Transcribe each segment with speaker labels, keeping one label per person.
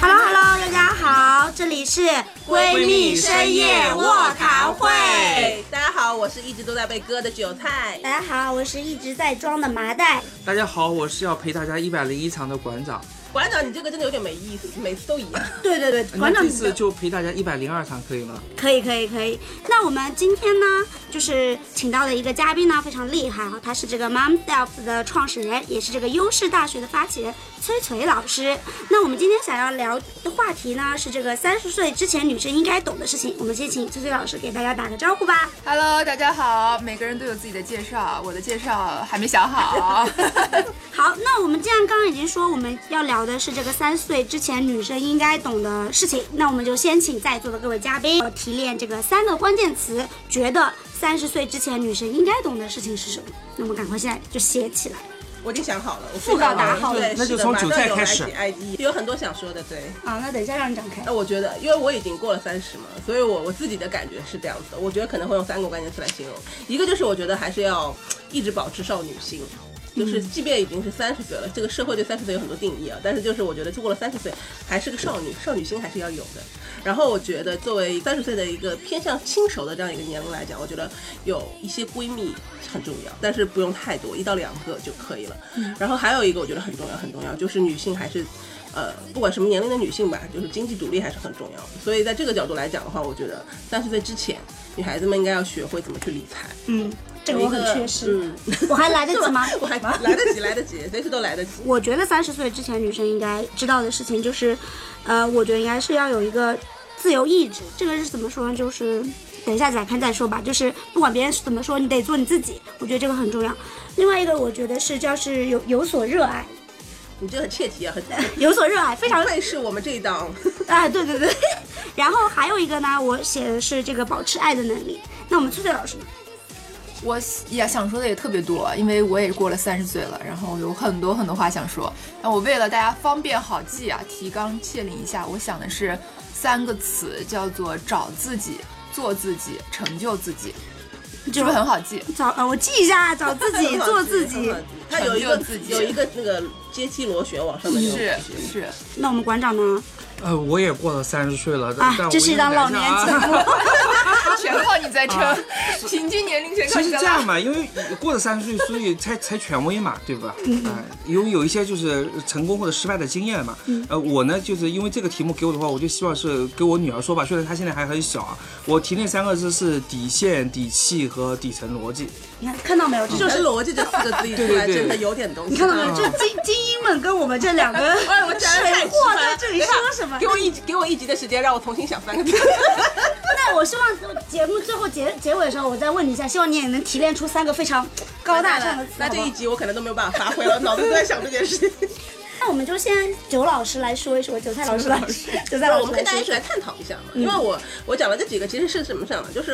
Speaker 1: Hello Hello，大家好，这里是闺蜜深夜卧谈会。
Speaker 2: 大家好，我是一直都在被割的韭菜。
Speaker 1: 大家好，我是一直在装的麻袋。
Speaker 3: 大家好，我是要陪大家一百零一场的馆长，
Speaker 2: 馆长，你这个真的有点没意思，每次都一样。
Speaker 1: 对对对，馆
Speaker 3: 那
Speaker 1: 长
Speaker 3: 这次就陪大家一百零二场可以吗？
Speaker 1: 可以可以可以。那我们今天呢，就是请到的一个嘉宾呢非常厉害啊，他是这个 Mom Delf 的创始人，也是这个优势大学的发起人崔锤老师。那我们今天想要聊的话题呢是这个三十岁之前女生应该懂的事情。我们先请崔崔老师给大家打个招呼吧。
Speaker 4: Hello，大家好，每个人都有自己的介绍，我的介绍还没 想好。
Speaker 1: 好，那我们既然刚刚已经说我们要聊的是这个三岁之前女生应该懂的事情，那我们就先请在座的各位嘉宾呃提炼这个三个关键词，觉得三十岁之前女生应该懂的事情是什么？那我们赶快现在就写起来
Speaker 2: 我已经想好了，我
Speaker 1: 副稿打好了
Speaker 2: 对
Speaker 3: 那就是
Speaker 2: 的
Speaker 3: 从
Speaker 2: 马上
Speaker 3: 韭菜
Speaker 2: 有
Speaker 3: 开始
Speaker 2: IG 有很多想说的，对。
Speaker 1: 啊！那等一下让你展开
Speaker 2: 那我觉得，因为我已经过了三十嘛，所以我我自己的感觉是这样子的。我觉得可能会用三个关键词来形容，一个就是我觉得还是要一直保持少女心。
Speaker 1: 嗯
Speaker 2: 就是，即便已经是三十岁了，这个社会对三十岁有很多定义啊。但是，就是我觉得过了三十岁，还是个少女，少女心还是要有的。然后，我觉得作为三十岁的一个偏向轻熟的这样一个年龄来讲，我觉得有一些闺蜜很重要，但是不用太多，一到两个就可以了。
Speaker 1: 嗯
Speaker 2: 然后还有一个我觉得很重要，很重要，就是女性还是呃，不管什么年龄的女性吧，就是经济独立还是很重要的。所以在这个角度来讲的话，我觉得三十岁之前，女孩子们应该要学会怎么去理财。
Speaker 1: 嗯，这个我很
Speaker 2: 有一
Speaker 1: 缺失，
Speaker 2: 嗯，
Speaker 1: 我还来得及
Speaker 2: 是
Speaker 1: 吗
Speaker 2: 吗？？我还来得及，来得及，随时都来得及。
Speaker 1: 我觉得三十岁之前女生应该知道的事情就是，呃，我觉得应该是要有一个自由意志。这个是怎么说呢？就是等一下展开再说吧。就是不管别人怎么说，你得做你自己。我觉得这个很重要。另外一个，我觉得是就是有有所热爱，
Speaker 2: 你这很切题啊，很
Speaker 1: 有所热 爱，非常
Speaker 2: 不愧是我们这一档。
Speaker 1: 哎，对对对。 然后还有一个呢，我写的是这个保持爱的能力。那我们翠翠老师呢，
Speaker 4: 我也想说的也特别多，因为我也过了三十岁了，然后有很多很多话想说。那我为了大家方便好记啊，提纲挈领一下，我想的是三个词，叫做找自己、做自己、成就自己，
Speaker 1: 就是
Speaker 4: 不是很好记？
Speaker 1: 找呃，我记一下，找自 己，做自己。
Speaker 2: 他有一个
Speaker 4: 成就自己
Speaker 2: 有一个那个阶梯螺旋往上的那种
Speaker 4: 是
Speaker 2: 东西
Speaker 4: 是，
Speaker 1: 那我们馆长呢？
Speaker 3: 呃，我也过了三十岁了，
Speaker 1: 啊
Speaker 3: 但但，我
Speaker 1: 这是一档老年节
Speaker 3: 目。
Speaker 1: 目。
Speaker 4: 全靠你在撑，平均年龄全靠
Speaker 3: 其
Speaker 4: 你
Speaker 3: 实
Speaker 4: 在
Speaker 3: 啊这样
Speaker 4: 拉。
Speaker 3: 嘛，因为过了三十岁，所以才才权威嘛，对吧？嗯、因为有一些就是成功或者失败的经验嘛。
Speaker 1: 嗯
Speaker 3: 呃，我呢，就是因为这个题目给我的话，我就希望是给我女儿说吧，虽然她现在还很小啊。我提炼三个字是底线、底气和底层逻辑。
Speaker 1: 你看看到没有？这
Speaker 2: 就
Speaker 1: 就是是
Speaker 2: 逻辑这四个字一出来，
Speaker 3: 对对对
Speaker 2: 真的有点东西。嗯
Speaker 1: 你看到没
Speaker 5: 嗯
Speaker 1: 有？这精精英们跟我们 这两个
Speaker 2: 哎，我讲的
Speaker 1: 水
Speaker 2: 太直白
Speaker 1: 货
Speaker 2: 了
Speaker 1: 在这里
Speaker 2: 等一下
Speaker 1: 说什么
Speaker 5: 哎
Speaker 2: 给？我一给我一集的时间，让我重新想三个字。
Speaker 1: 那我希望节目最后结结尾的时候，我再问你一下，希望你也能提炼出三个非常高大上的词。
Speaker 2: 那这
Speaker 1: 好
Speaker 2: 一
Speaker 1: 不好
Speaker 2: 集我可能都没有办法发 挥了，脑子都在想这件事情。
Speaker 1: 那我们就先九老师来说一说，韭菜老师来，韭菜
Speaker 2: 那
Speaker 1: 老
Speaker 2: 我
Speaker 1: 师
Speaker 2: 们可
Speaker 1: 来
Speaker 2: 以大家
Speaker 1: 说
Speaker 2: 一起。来探讨一下嘛，因为我我讲的这几个其实是什么上呢？就是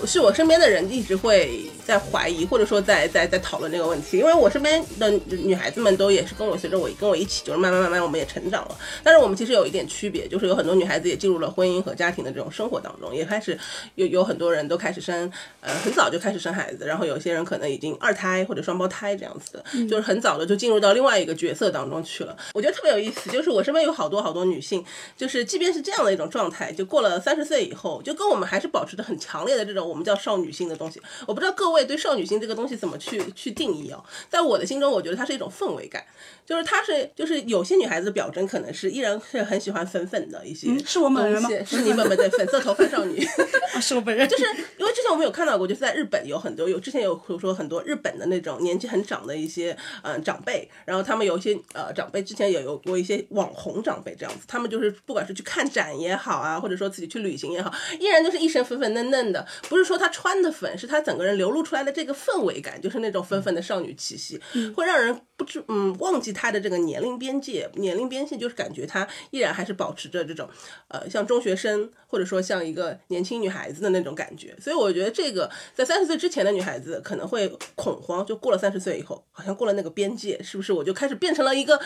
Speaker 2: 我是我身边的人一直会在怀疑，或者说在在在讨论这个问题，因为我身边的女孩子们都也是跟我随着我跟我一起，就是慢慢慢慢我们也成长了。但是我们其实有一点区别，就是有很多女孩子也进入了婚姻和家庭的这种生活当中，也开始有有很多人都开始生，呃，很早就开始生孩子，然后有些人可能已经二胎或者双胞胎这样子的，就是很早的就进入到另外一个角色当中去了。我觉得特别有意思，就是我身边有好多好多女性，就是即便是这样的一种状态，就过了三十岁以后，就跟我们还是保持着很强烈的这种我们叫少女心的东西。我不知道各位对少女心这个东西怎么去去定义哦，在我的心中，我觉得它是一种氛围感，就是它是就是有些女孩子的表征可能是依然是很喜欢粉粉的一些东西、
Speaker 1: 是我本人吗
Speaker 2: 是你本本对粉色头发少女。
Speaker 1: 啊是我本人，就
Speaker 2: 就是因为之前我们有看到过，就是在日本有很多有之前有说很多日本的那种年纪很长的一些嗯、呃长辈，然后他们有一些呃长辈之前也有过一些网红长辈这样子，他们就是不管是去看展也好啊，或者说自己去旅行也好，依然就是一身粉粉嫩嫩的，不是说她穿的粉，是她整个人流露出来的这个氛围感，就是那种粉粉的少女气息，会让人不知嗯忘记她的这个年龄边界，年龄边界就是感觉她依然还是保持着这种呃像中学生或者说像一个年轻女孩子的那种感觉，所以我觉得这个在三十岁之前的女孩子可能会恐慌，就过了三十岁以后，好像过了那个边界，是不是我就开始变成了一个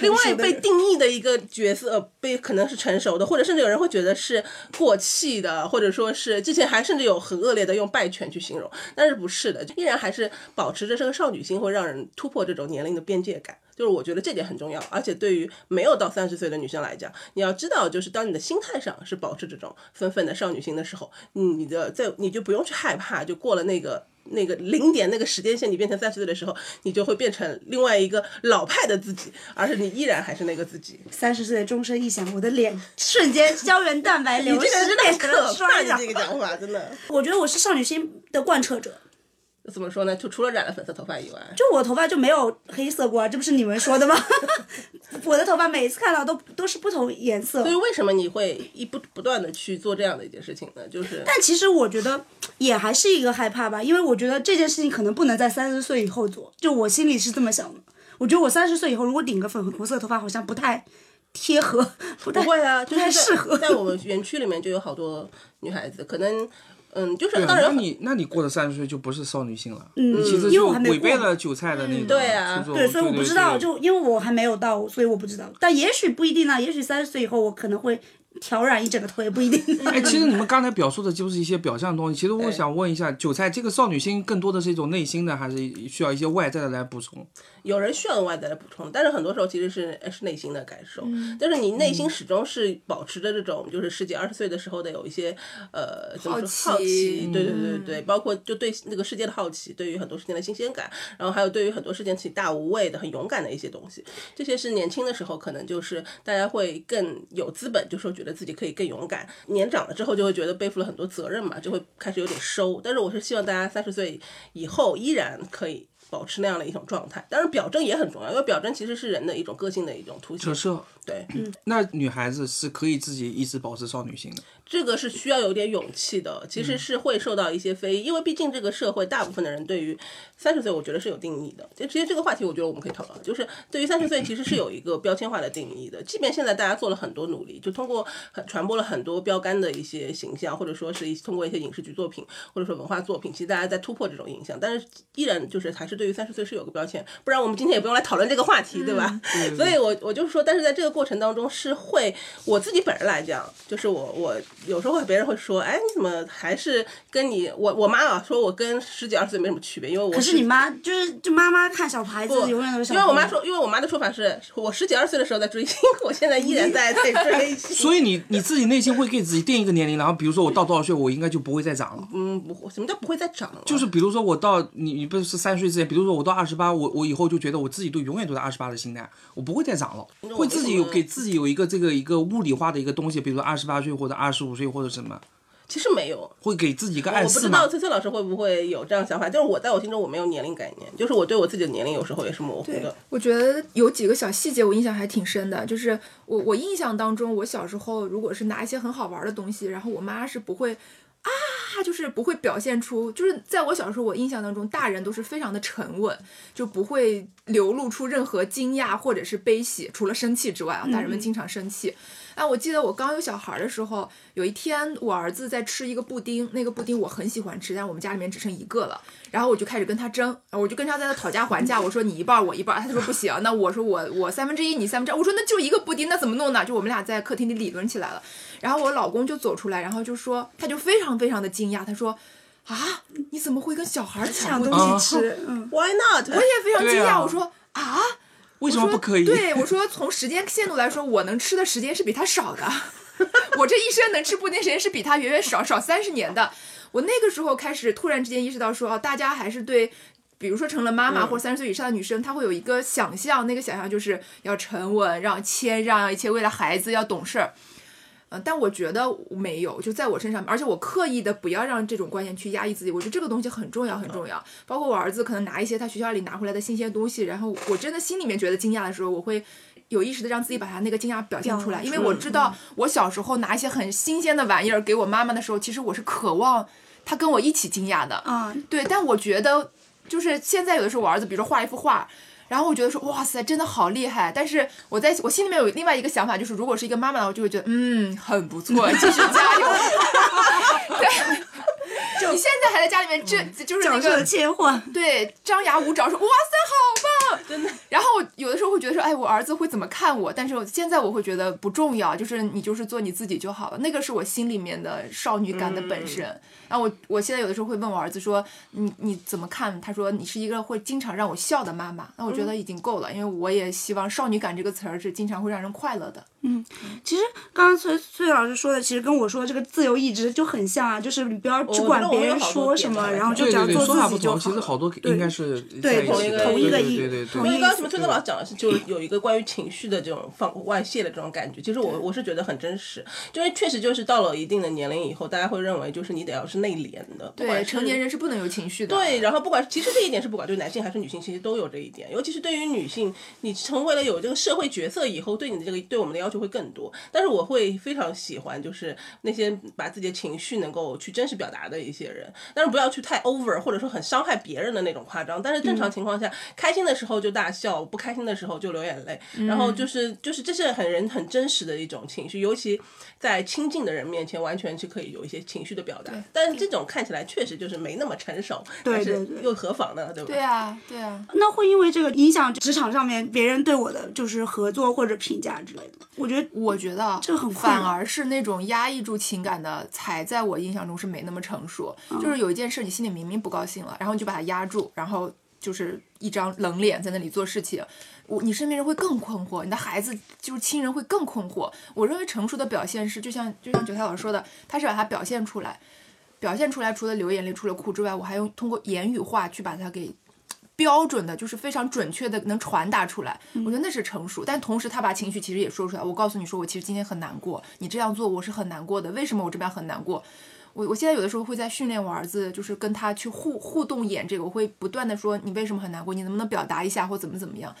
Speaker 2: 另外被定义的一个角色，被可能是成熟的，或者甚至有人会觉得是过气的，或者说是之前还甚至有很恶劣的用败犬去形容，但是不是的，依然还是保持着这个少女心，会让人突破这种年龄的边界感。就是我觉得这点很重要，而且对于没有到三十岁的女生来讲，你要知道，就是当你的心态上是保持这种纷纷的少女心的时候，你的在你就不用去害怕，就过了那个。那个零点那个时间线，你变成三十岁的时候，你就会变成另外一个老派的自己，而是你依然还是那个自己。
Speaker 5: 三十岁的钟声一响，我的脸瞬间胶原蛋白
Speaker 2: 你
Speaker 5: 流
Speaker 2: 这个
Speaker 5: 失
Speaker 2: 真的很
Speaker 5: 变成了
Speaker 2: 可怕，
Speaker 5: 衰
Speaker 2: 你
Speaker 5: 老。
Speaker 2: 这个讲法真的
Speaker 5: 我觉得我是少女心的贯彻者，
Speaker 2: 怎么说呢？就除了染了粉色头发以外，
Speaker 5: 就我头发就没有黑色过啊，这不是你们说 的吗？我的头发每次看到都都是不同颜色
Speaker 2: 所。以为什么你会一不不断的去做这样的一件事情呢？就是
Speaker 5: 但其实我觉得也还是一个害怕吧，因为我觉得这件事情可能不能在三十岁以后做，就我心里是这么想的。我觉得我三十岁以后如果顶个粉红色头发，好像不太贴合，不太
Speaker 2: 不会啊，
Speaker 5: 不
Speaker 2: 就
Speaker 5: 太
Speaker 2: 是
Speaker 5: 适合。
Speaker 2: 在在我们园区里面就有好多女孩子，可能嗯，就是
Speaker 3: 对啊
Speaker 2: 当然
Speaker 3: 那你那你过了三十岁就不是少女心了，
Speaker 5: 嗯
Speaker 3: 你其
Speaker 5: 因
Speaker 3: 实
Speaker 5: 为
Speaker 3: 就
Speaker 5: 我还没
Speaker 3: 违背
Speaker 5: 过嗯
Speaker 3: 了韭菜的那个
Speaker 2: 对啊
Speaker 3: 初衷
Speaker 5: 对，所以我不知道，
Speaker 3: 哦对
Speaker 5: 就因为我还没有到，所以我不知道。但也许不一定呢，也许三十岁以后我可能会挑染一整个头，也不一定。啊
Speaker 3: 哎，其实你们刚才表述的就是一些表象的东西。其实我想问一下，韭菜这个少女心更多的是一种内心的，还是需要一些外在的来补充？
Speaker 2: 有人需要外在的补充，但是很多时候其实是呃是内心的感受，
Speaker 4: 嗯
Speaker 2: 就是你内心始终是保持着这种，就是十几二十岁的时候的有一些呃怎么说
Speaker 4: 好
Speaker 2: 好
Speaker 4: 奇
Speaker 2: 奇，对对
Speaker 3: 嗯
Speaker 2: 对对，包括就对那个世界的好奇，对于很多事情的新鲜感，然后还有对于很多事情起大无畏的、很勇敢的一些东西，这些是年轻的时候可能就是大家会更有资本，就说觉得自己可以更勇敢，年长了之后就会觉得背负了很多责任嘛，就会开始有点收，但是我是希望大家三十岁以后依然可以。保持那样的一种状态。当然，表征也很重要，因为表征其实是人的一种个性的一种凸
Speaker 3: 折
Speaker 2: 显。
Speaker 3: 射，
Speaker 2: 对，
Speaker 3: 那女孩子是可以自己一直保持少女心的。
Speaker 2: 这个是需要有点勇气的，其实是会受到一些非议，因为毕竟这个社会大部分的人对于三十岁，我觉得是有定义的。就其实这个话题，我觉得我们可以讨论，就是对于三十岁其实是有一个标签化的定义的。即便现在大家做了很多努力，就通过很传播了很多标杆的一些形象，或者说是一通过一些影视剧作品，或者说文化作品，其实大家在突破这种影响，但是依然就是还是对于三十岁是有个标签，不然我们今天也不用来讨论这个话题，对吧？所以我我就是说，但是在这个过程当中是会，我自己本人来讲，就是我我有时候会别人会说，哎，你怎么还是跟你我我妈啊，说我跟十几二十岁没什么区别，因为我
Speaker 5: 可是你妈就是就妈妈看小孩子
Speaker 2: 不
Speaker 5: 永远都是小
Speaker 2: 因
Speaker 5: 孩子。
Speaker 2: 为我妈说，因为我妈的说法是我十几二十岁的时候在追星，我现在依然在在追星。
Speaker 3: 所以你你自己内心会给自己定一个年龄，然后比如说我到多少岁，我应该就不会再长了。
Speaker 2: 嗯，不会，什么叫不会再涨了？
Speaker 3: 就是比如说我到你你不是三十岁之前，比如说我到二十八，我我以后就觉得我自己都永远都在二十八的心态，我不会再长了，会自己有给自己有一个这个一个物理化的一个东西，比如说二十八岁或者二十五岁或者什么，
Speaker 2: 其实没有，
Speaker 3: 会给自己一个
Speaker 2: 哦
Speaker 4: 哎
Speaker 2: 我
Speaker 3: 暗
Speaker 2: 不
Speaker 3: 示
Speaker 2: 知
Speaker 3: 嘛
Speaker 2: 道。翠翠老师会不会有这样想法，就是我在我心中我没有年龄概念，就是我对我自己的年龄有时候也是模糊的。
Speaker 4: 我觉得有几个小细节我印象还挺深的，就是我我印象当中，我小时候如果是拿一些很好玩的东西，然后我妈是不会。啊，就是不会表现出，就是在我小时候，我印象当中，大人都是非常的沉稳，就不会流露出任何惊讶或者是悲喜，除了生气之外啊，大人们经常生气。啊，我记得我刚有小孩的时候，有一天我儿子在吃一个布丁，那个布丁我很喜欢吃，但我们家里面只剩一个了，然后我就开始跟他争，我就跟他在那讨价还价，我说你一半儿我一半儿，他就说不行，那我说我我三分之一你三分之二，我说那就一个布丁，那怎么弄呢？就我们俩在客厅里理论起来了，然后我老公就走出来，然后就说他就非常非常的惊讶，他说啊你怎么会跟小孩儿抢
Speaker 5: 抢
Speaker 4: 布丁？
Speaker 5: 东西吃，嗯，
Speaker 2: Why not？
Speaker 4: 我也非常惊
Speaker 3: 对
Speaker 4: 讶，
Speaker 3: 啊
Speaker 4: 我说啊。
Speaker 3: 为什么
Speaker 4: 我说
Speaker 3: 不可以？
Speaker 4: 对，我说从时间限度来说，我能吃的时间是比他 少的，我这一生能吃布丁时间是比他远远少少三十年的。我那个时候开始突然之间意识到说，哦，大家还是对。比如说，成了妈妈或者三十岁以上的女生，她会有一个想象，那个想象就是要沉稳，让谦让，一切为了孩子要懂事儿。嗯，但我觉得没有，就在我身上，而且我刻意的不要让这种观念去压抑自己，我觉得这个东西很重要，很重要。包括我儿子可能拿一些他学校里拿回来的新鲜东西，然后我真的心里面觉得惊讶的时候，我会有意识的让自己把他那个惊讶表现出来，
Speaker 5: 表
Speaker 4: 因为我知道我小时候拿一些很新鲜的玩意儿给我妈妈的时候，其实我是渴望她跟我一起惊讶的，
Speaker 5: 啊，
Speaker 4: 对，但我觉得就是现在有的时候，我儿子比如说画一幅画，然后我觉得说哇塞，真的好厉害。但是我在我心里面有另外一个想法，就是如果是一个妈妈的话，我就会觉得嗯，很不错，继续加油。 对，你现在还在家里面这就是那
Speaker 5: 角色
Speaker 4: 个。
Speaker 5: 切换。
Speaker 4: 对，张牙舞爪说：“哇塞，好棒！”
Speaker 2: 真的。
Speaker 4: 然后我有的时候会觉得说，哎，我儿子会怎么看我？但是我现在我会觉得不重要，就是你就是做你自己就好了。那个是我心里面的少女感的
Speaker 2: 嗯
Speaker 4: 本身。然后我我现在有的时候会问我儿子说，你你怎么看？他说你是一个会经常让我笑的妈妈。那我觉
Speaker 2: 嗯
Speaker 4: 得已经够了，因为我也希望少女感这个词儿是经常会让人快乐的。
Speaker 1: 其实刚刚崔崔老师说的，其实跟我说的这个自由意志就很像啊，就是你不要去
Speaker 2: 我
Speaker 1: 管
Speaker 2: 觉哦得我
Speaker 1: 别
Speaker 2: 有
Speaker 1: 人
Speaker 2: 好多
Speaker 1: 说
Speaker 2: 点
Speaker 1: 什么，
Speaker 2: 啊
Speaker 1: 然后就
Speaker 3: 对
Speaker 1: 只
Speaker 3: 对
Speaker 1: 要
Speaker 3: 对，
Speaker 1: 做
Speaker 3: 说法
Speaker 1: 自
Speaker 3: 不
Speaker 1: 己就
Speaker 3: 同，其
Speaker 1: 好
Speaker 3: 实
Speaker 1: 了。
Speaker 3: 好多应该是在
Speaker 1: 对
Speaker 3: 一
Speaker 2: 同
Speaker 3: 起
Speaker 2: 一
Speaker 3: 的
Speaker 2: 个
Speaker 3: 对
Speaker 2: 同一个
Speaker 3: 对
Speaker 1: 意
Speaker 3: 对对
Speaker 1: 同一
Speaker 2: 所
Speaker 3: 对
Speaker 1: 个
Speaker 2: 以刚刚什么崔德老师讲的是，就是有一个关于情绪的这种放外泄的这种感觉，其实我我是觉得很真实，因为确实就是到了一定的年龄以后，大家会认为就是你得要是内敛的，不管
Speaker 4: 对，
Speaker 2: 是
Speaker 4: 成年人是不能有情绪的。
Speaker 2: 对，然后不管其实这一点是不管对男性还是女性，其实都有这一点。尤其是对于女性，你成为了有这个社会角色以后，对你的这个对我们的要求会更多。但是我会非常喜欢，就是那些把自己的情绪能够去真实表达的一些人，但是不要去太 over，或者说很伤害别人的那种夸张。但是正常情况下，开心的时候就大笑，不开心的时候就流眼泪，然后就是就是这是很人很真实的一种情绪，尤其在亲近的人面前，完全是可以有一些情绪的表达。但是这种看起来确实就是没那么成熟，但
Speaker 1: 对
Speaker 2: 是
Speaker 1: 对
Speaker 2: 又何妨呢？对吧？
Speaker 4: 对啊，对啊。
Speaker 1: 那会因为这个影响职场上面别人对我的就是合作或者评价之类的。我觉得
Speaker 4: 我觉得
Speaker 1: 这很困
Speaker 4: 反
Speaker 1: 扰
Speaker 4: 而是那种压抑住情感的，才在我印象中是没那么成熟。
Speaker 1: 嗯
Speaker 4: 就是有一件事，你心里明明不高兴了，然后你就把它压住，然后就是一张冷脸在那里做事情。我你身边人会更困惑，你的孩子就是亲人会更困惑。我认为成熟的表现是，就像就像韭菜老师说的，他是把它表现出来，表现出来除了流眼泪、除了哭之外，我还用通过言语化去把它给标准的，就是非常准确的能传达出来，我觉得那是成熟。但同时他把情绪其实也说出来，我告诉你说，我其实今天很难过，你这样做我是很难过的，为什么我这边很难过？我我现在有的时候会在训练我儿子，就是跟他去互互动演这个，我会不断的说你为什么很难过，你能不能表达一下或怎么怎么样？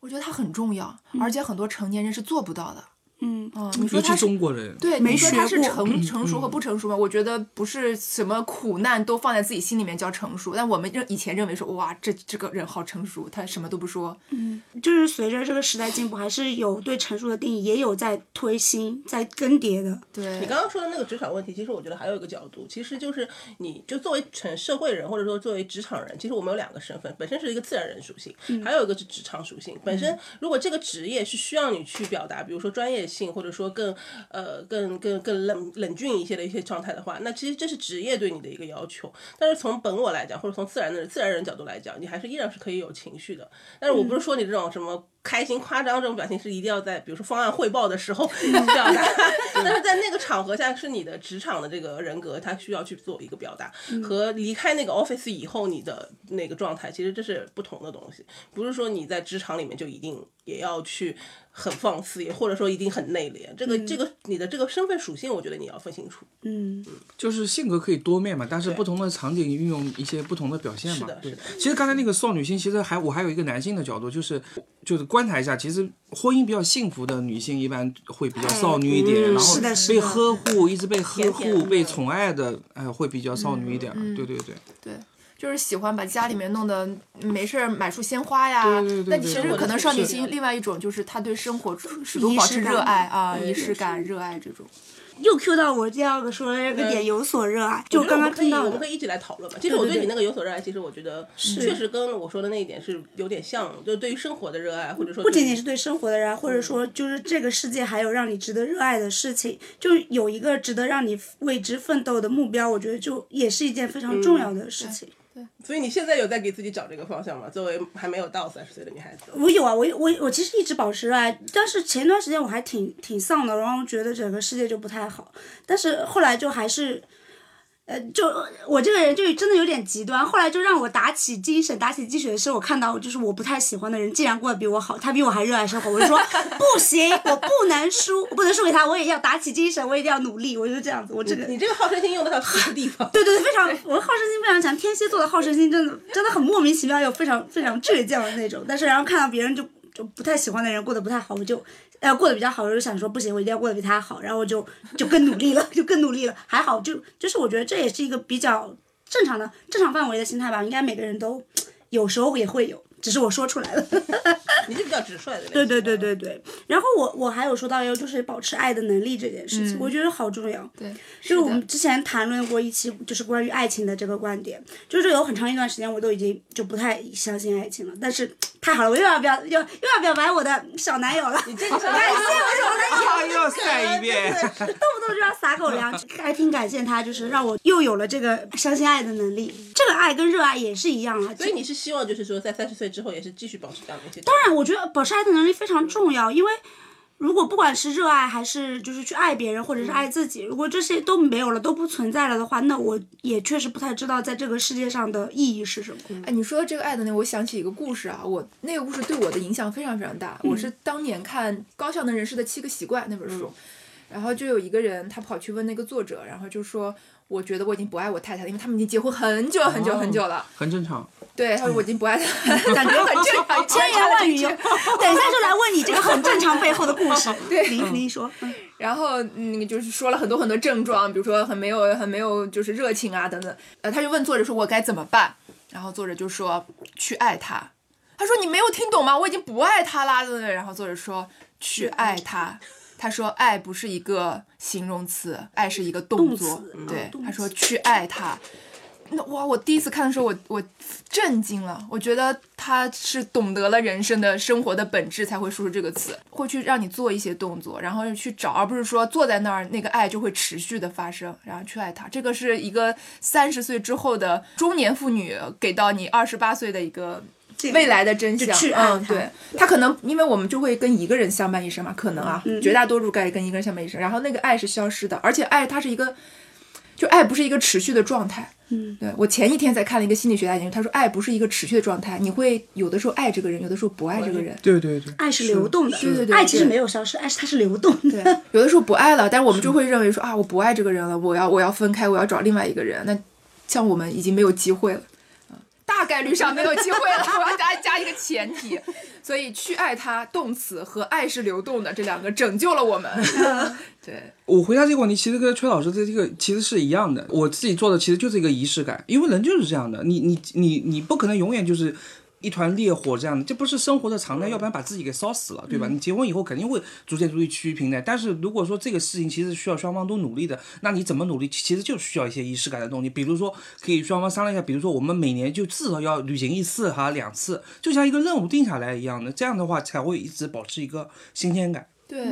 Speaker 4: 我觉得它很重要，而且很多成年人是做不到的。
Speaker 1: 嗯
Speaker 4: 啊、你说
Speaker 3: 尤
Speaker 4: 他
Speaker 3: 其
Speaker 4: 是
Speaker 3: 中国人，
Speaker 4: 对，
Speaker 1: 没
Speaker 4: 你说
Speaker 1: 学
Speaker 4: 他是
Speaker 1: 过
Speaker 4: 成成熟和不成熟吗？我觉得不是什么苦难都放在自己心里面叫成熟，但我们认以前认为说，哇，这这个人好成熟，他什么都不说。
Speaker 1: 就是随着这个时代进步，还是有对成熟的定义也有在推新、在更迭的。
Speaker 4: 对
Speaker 2: 你，刚刚说的那个职场问题，其实我觉得还有一个角度，其实就是你就作为成社会人，或者说作为职场人，其实我们有两个身份，本身是一个自然人属性，还有一个是职场属性。本身如果这个职业是需要你去表达，比如说专业性，或者说更呃更更更冷冷峻一些的一些状态的话，那其实这是职业对你的一个要求。但是从本我来讲，或者从自然的自然人角度来讲，你还是依然是可以有情绪的。但是我不是说你这种什么。开心夸张这种表情是一定要在，比如说方案汇报的时候表达， 但是在那个场合下是你的职场的这个人格，他需要去做一个表达，和离开那个 office 以后你的那个状态，其实这是不同的东西，不是说你在职场里面就一定也要去很放肆，也或者说一定很内敛，这个这个你的这个身份属性，我觉得你要分清楚。
Speaker 1: 嗯，
Speaker 3: 就是性格可以多面嘛，但是不同的场景运用一些不同的表现嘛。
Speaker 2: 是的
Speaker 3: 对
Speaker 2: 是的
Speaker 3: 其实刚才那个少女心，其实还我还有一个男性的角度，就是就是观察一下，其实婚姻比较幸福的女性一般会比较少女一点，
Speaker 2: 嗯
Speaker 3: 然后
Speaker 1: 是的是
Speaker 3: 被
Speaker 1: 的
Speaker 3: 呵护，一直被呵
Speaker 2: 甜
Speaker 3: 护、
Speaker 2: 甜的
Speaker 3: 被宠爱的，哎、会比较少女一点。对对对，
Speaker 4: 就是喜欢把家里面弄得没事儿买束鲜花呀。
Speaker 3: 对对对对
Speaker 4: 但其实
Speaker 3: 对
Speaker 4: 可能少女
Speaker 2: 是
Speaker 4: 心另外一种就是他对生活处始终保持
Speaker 1: 仪式感
Speaker 4: 热爱啊，
Speaker 2: 对
Speaker 4: 仪式
Speaker 2: 是
Speaker 4: 感、热爱这种。
Speaker 1: 又 Q 到我第二个说的这个点，有所热爱，就
Speaker 2: 呃我觉得
Speaker 1: 刚刚
Speaker 2: 我们可
Speaker 1: 听
Speaker 2: 以
Speaker 1: 到
Speaker 2: 我们可
Speaker 1: 的。
Speaker 2: 以一起来讨论吧。其实我对你那个有所热爱，其实我觉得确实跟我说的那一点是有点像，就是对于生活的热爱，或者说
Speaker 1: 不
Speaker 2: 对嗯
Speaker 1: 仅
Speaker 2: 于
Speaker 1: 仅是对生活的热爱，或者说就是这个世界还有让你值得热爱的事情，就有一个值得让你为之奋斗的目标，我觉得就也是一件非常
Speaker 2: 嗯
Speaker 1: 重要的事情。
Speaker 2: 所以你现在有在给自己找这个方向吗？作为还没有到三十岁的女孩子，
Speaker 1: 我有啊，我我我其实一直保持热爱，但是前段时间我还挺挺丧的，然后觉得整个世界就不太好，但是后来就还是。呃，就我这个人就真的有点极端，后来就让我打起精神、打起鸡血的是，我看到就是我不太喜欢的人，竟然过得比我好，他比我还热爱生活，我就说不行，我不能输，我不能输给他，我也要打起精神，我一定要努力，我就这样子，我这个
Speaker 2: 你这个好胜心用得到什么地 方？
Speaker 1: 对对对，非常，我的好胜心非常强。天蝎座的好胜心真的真的很莫名其妙，又非常非常倔强的那种。但是然后看到别人就就不太喜欢的人过得不太好，我就呃过得比较好，我就想说不行，我一定要过得比他好，然后我就就更努力了， 就更努力了。还好就就是我觉得这也是一个比较正常的正常范围的心态吧，应该每个人都有时候也会有，只是我说出来了。
Speaker 2: 你是比较直率的类型。
Speaker 1: 对对对对对。然后我我还有说到一个就是保持爱的能力这件事情，我觉得好重要。
Speaker 4: 对，
Speaker 1: 就是我们之前谈论过一期，就是关于爱情的这个观点，就是有很长一段时间我都已经就不太相信爱情了，但是
Speaker 5: 太好了，我又要表又又要表白我的小男友了，感谢 我的小男友。
Speaker 3: 啊，又晒一遍，
Speaker 5: 动不动就要撒狗粮，还挺感谢他，就是让我又有了这个相信爱的能力。这个爱跟热爱也是一样啊。
Speaker 2: 所以你是希望就是说，在三十岁之后也是继续保持这样的一些。
Speaker 5: 当然，我觉得保持爱的能力非常重要，因为如果不管是热爱还是就是去爱别人，或者是爱自己，如果这些都没有了，都不存在了的话，那我也确实不太知道在这个世界上的意义是什么。
Speaker 4: 哎，你说到这个爱的那，我想起一个故事啊，我那个故事对我的影响非常非常大。
Speaker 5: 嗯
Speaker 4: 我是当年看《高效能人士的七个习惯》那本书，然后就有一个人他跑去问那个作者，然后就说。我觉得我已经不爱我太太了，因为他们已经结婚很久很久
Speaker 5: 哦
Speaker 4: 很久了。
Speaker 3: 很正常。
Speaker 4: 对，他说我已经不爱 她了，感觉很正常。
Speaker 5: 千言万语哟，等一下就来问你这个很正常背后的故事。
Speaker 4: 对
Speaker 5: 您您说，嗯
Speaker 4: 然后那个就是说了很多很多症状，比如说很没有、很没有就是热情啊等等。呃，他就问作者说：“我该怎么办？”然后作者就说：“去爱他。”他说：“你没有听懂吗？我已经不爱他啦。”对不对？然后作者说：“去爱他。”他说：“爱不是一个形容词，爱是一个动作。
Speaker 5: 动词
Speaker 4: 对
Speaker 5: 动，词
Speaker 4: 他说：“去爱他。”那哇！我第一次看的时候，我我震惊了。我觉得他是懂得了人生的生活的本质，才会说出这个词，会去让你做一些动作，然后去找，而不是说坐在那儿那个爱就会持续的发生，然后去爱他。这个是一个 三十岁之后的中年妇女给到你二十八岁的一个
Speaker 5: 这个
Speaker 4: 未来的真
Speaker 5: 就
Speaker 4: 相。
Speaker 5: 去爱
Speaker 4: 嗯，
Speaker 5: 他
Speaker 4: 对，他可能因为我们就会跟一个人相伴一生嘛，可能啊，
Speaker 5: 嗯
Speaker 4: 绝大多数概率跟一个人相伴一生，然后那个爱是消失的，而且爱它是一个，就爱不是一个持续的状态。嗯，对我前一天才看了一个心理学家研究，他说爱不是一个持续的状态，你会有的时候爱这个人，有的时候不爱这个人。
Speaker 3: 对对对，
Speaker 5: 爱是流动的，
Speaker 4: 对对对
Speaker 5: 爱其实
Speaker 4: 对
Speaker 5: 没有消失，爱是它是流动的。
Speaker 4: 对，有的时候不爱了，但是我们就会认为说啊，我不爱这个人了，我要我要分开，我要找另外一个人。那像我们已经没有机会了，嗯大概率上没有机会了。我要加 加一个前提，所以去爱他动词和爱是流动的这两个拯救了我们。 对，
Speaker 3: 我回答这个问题，其实跟崔老师的这个其实是一样的。我自己做的其实就是一个仪式感，因为人就是这样的，你你你你不可能永远就是。一团烈火这样的，这不是生活的常态，要不然把自己给烧死了，对吧？你结婚以后肯定会逐渐逐渐趋于平淡，但是如果说这个事情其实需要双方都努力的，那你怎么努力，其实就需要一些仪式感的东西，比如说可以双方商量一下，比如说我们每年就至少要旅行一次哈两次，就像一个任务定下来一样的，这样的话才会一直保持一个新鲜感。
Speaker 4: 对，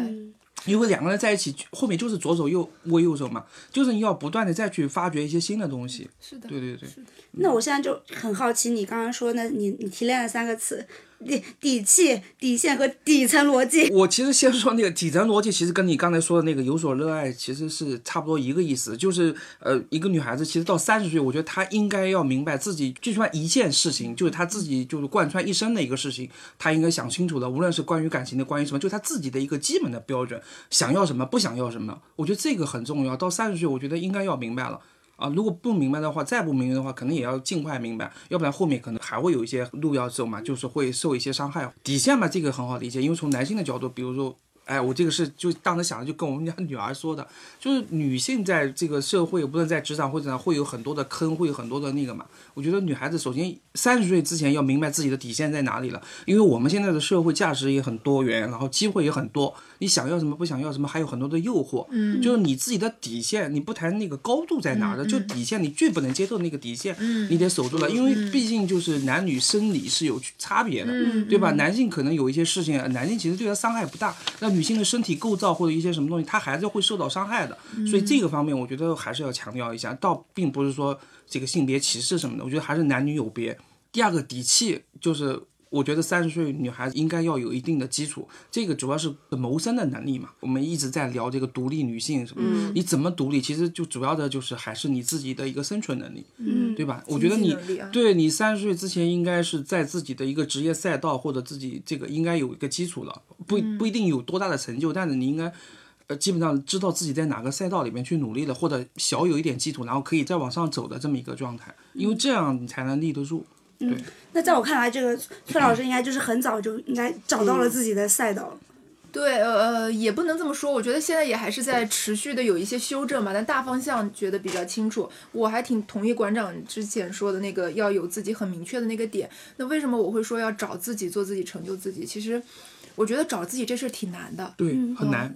Speaker 3: 因为两个人在一起，后面就是左手右握右手嘛，就是你要不断的再去发掘一些新的东西。
Speaker 4: 是的，
Speaker 3: 对对对，
Speaker 5: 那我现在就很好奇，你刚刚说那你你提炼了三个词，底底气、底线和底层逻辑。
Speaker 3: 我其实先说那个底层逻辑，其实跟你刚才说的那个有所热爱，其实是差不多一个意思。就是呃，一个女孩子其实到三十岁，我觉得她应该要明白自己，就算一件事情，就是她自己就是贯穿一生的一个事情，她应该想清楚的，无论是关于感情的，关于什么，就她自己的一个基本的标准，想要什么，不想要什么，我觉得这个很重要。到三十岁，我觉得应该要明白了。啊，如果不明白的话，再不明白的话，可能也要尽快明白，要不然后面可能还会有一些路要走嘛，就是会受一些伤害。底线嘛，这个很好理解，因为从男性的角度，比如说，哎，我这个是就当时想的，就跟我们家女儿说的，就是女性在这个社会，不论在职场或者上，会有很多的坑，会有很多的那个嘛。我觉得女孩子首先三十岁之前要明白自己的底线在哪里了，因为我们现在的社会价值也很多元，然后机会也很多，你想要什么不想要什么，还有很多的诱惑。嗯，就是你自己的底线，你不谈那个高度在哪儿的，就底线你最不能接受那个底线，嗯、嗯你得守住了，因为毕竟就是男女生理是有差别的，对吧？男性可能有一些事情，男性其实对他伤害不大，那女性的身体构造或者一些什么东西，她还是会受到伤害的。所以这个方面，我觉得还是要强调一下，倒并不是说这个性别歧视什么的，我觉得还是男女有别。第二个底气就是。我觉得三十岁女孩子应该要有一定的基础，这个主要是谋生的能力嘛。我们一直在聊这个独立女性什么，
Speaker 4: 嗯
Speaker 3: 你怎么独立？其实就主要的就是还是你自己的一个生存能力，
Speaker 5: 嗯，
Speaker 3: 对吧？我觉得
Speaker 4: 经济
Speaker 3: 你
Speaker 4: 能力啊
Speaker 3: 对你三十岁之前应该是在自己的一个职业赛道或者自己这个应该有一个基础了，不
Speaker 4: 嗯
Speaker 3: 不一定有多大的成就，但是你应该。呃，基本上知道自己在哪个赛道里面去努力了，或者小有一点基础，然后可以再往上走的这么一个状态，因为这样你才能立得住。
Speaker 5: 那在我看来，这个崔老师应该就是很早就应该找到了自己的赛道。
Speaker 4: 对，呃，呃，也不能这么说，我觉得现在也还是在持续的有一些修正嘛，但大方向觉得比较清楚。我还挺同意馆长之前说的那个要有自己很明确的那个点。那为什么我会说要找自己、做自己、成就自己？其实，我觉得找自己这事儿挺难的，
Speaker 3: 对，很难。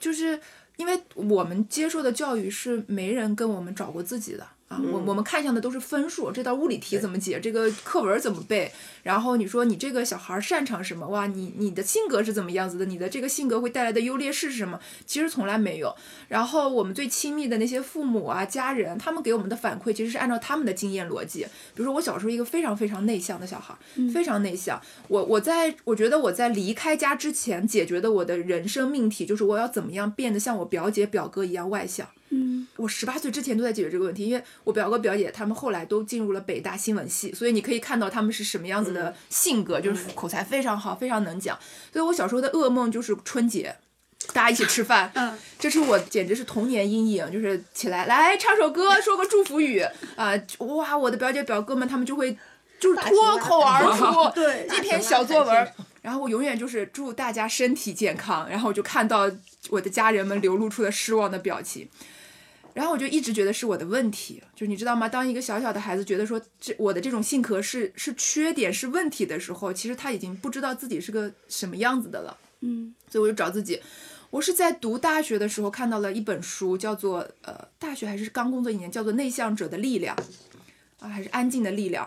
Speaker 4: 就是因为我们接受的教育是没人跟我们找过自己的。啊，我我们看上的都是分数，这道物理题怎么解，这个课文怎么背，然后你说你这个小孩擅长什么，哇，你你的性格是怎么样子的，你的这个性格会带来的优劣势是什么，其实从来没有。然后我们最亲密的那些父母啊、家人，他们给我们的反馈其实是按照他们的经验逻辑。比如说我小时候一个非常非常内向的小孩，
Speaker 5: 嗯
Speaker 4: 非常内向。我我在我觉得我在离开家之前解决的我的人生命题就是我要怎么样变得像我表姐表哥一样外向。
Speaker 5: 嗯，
Speaker 4: 我十八岁之前都在解决这个问题，因为我表哥表姐他们后来都进入了北大新闻系，所以你可以看到他们是什么样子
Speaker 5: 嗯
Speaker 4: 的性格，就是口才非常好，非常能讲。所以我小时候的噩梦就是春节。大家一起吃饭，
Speaker 5: 嗯，
Speaker 4: 这是我简直是童年阴影，就是起来来唱首歌，说个祝福语啊、哇，我的表姐表哥们他们就会就是脱口而出，
Speaker 5: 对
Speaker 4: 一篇小作文儿，然后我永远就是祝大家身体健康，然后我就看到我的家人们流露出了失望的表情。然后我就一直觉得是我的问题，就是你知道吗？当一个小小的孩子觉得说这我的这种性格是是缺点是问题的时候，其实他已经不知道自己是个什么样子的了。
Speaker 5: 嗯，
Speaker 4: 所以我就找自己。我是在读大学的时候看到了一本书，叫做呃，大学还是刚工作一年，叫做《内向者的力量》，啊，还是《安静的力量》，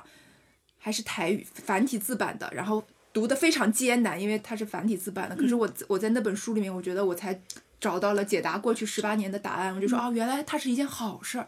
Speaker 4: 还是台语繁体字版的，然后读的非常艰难，因为它是繁体字版的。可是我我在那本书里面，我觉得我才找到了解答过去十八年的答案，我就说
Speaker 3: 嗯
Speaker 4: 啊，原来它是一件好事儿，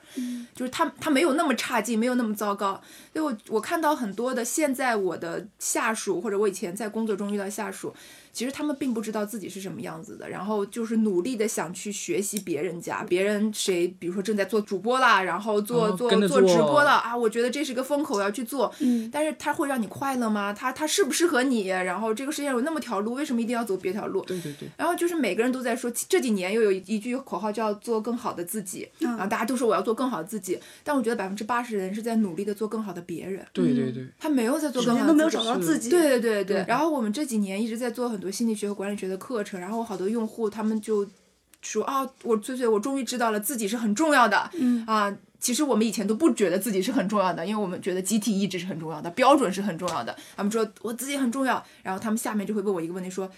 Speaker 4: 就是它它没有那么差劲，没有那么糟糕。所以我我看到很多的现在我的下属或者我以前在工作中遇到下属，其实他们并不知道自己是什么样子的，然后就是努力的想去学习别人家，别人谁比如说正在做主播啦，然后做、
Speaker 3: 哦
Speaker 4: 做
Speaker 3: 跟着
Speaker 4: 做直
Speaker 3: 做
Speaker 4: 播了啊，我觉得这是个风口，我要去做。
Speaker 5: 嗯
Speaker 4: 但是它会让你快乐吗？它它适不适合你？然后这个世界上有那么条路，为什么一定要走别条路？
Speaker 3: 对对对，
Speaker 4: 然后就是每个人都在说，这几年又有一一句口号叫“做更好的自己”，
Speaker 5: 嗯
Speaker 4: 然后大家都说我要做更好的自己，但我觉得百分之八十人是在努力的做更好的别人，
Speaker 3: 对对对，
Speaker 4: 他没有在做
Speaker 5: 人
Speaker 4: 更好
Speaker 5: 家
Speaker 4: 的
Speaker 5: 嗯都没
Speaker 4: 自己，
Speaker 5: 有找到自己。
Speaker 4: 对对对对。然后我们这几年一直在做很多心理学和管理学的课程，然后我好多用户他们就说啊，我翠翠，我终于知道了自己是很重要的，
Speaker 5: 嗯
Speaker 4: 啊。其实我们以前都不觉得自己是很重要的，因为我们觉得集体意志是很重要的，标准是很重要的。他们说我自己很重要，然后他们下面就会问我一个问题说，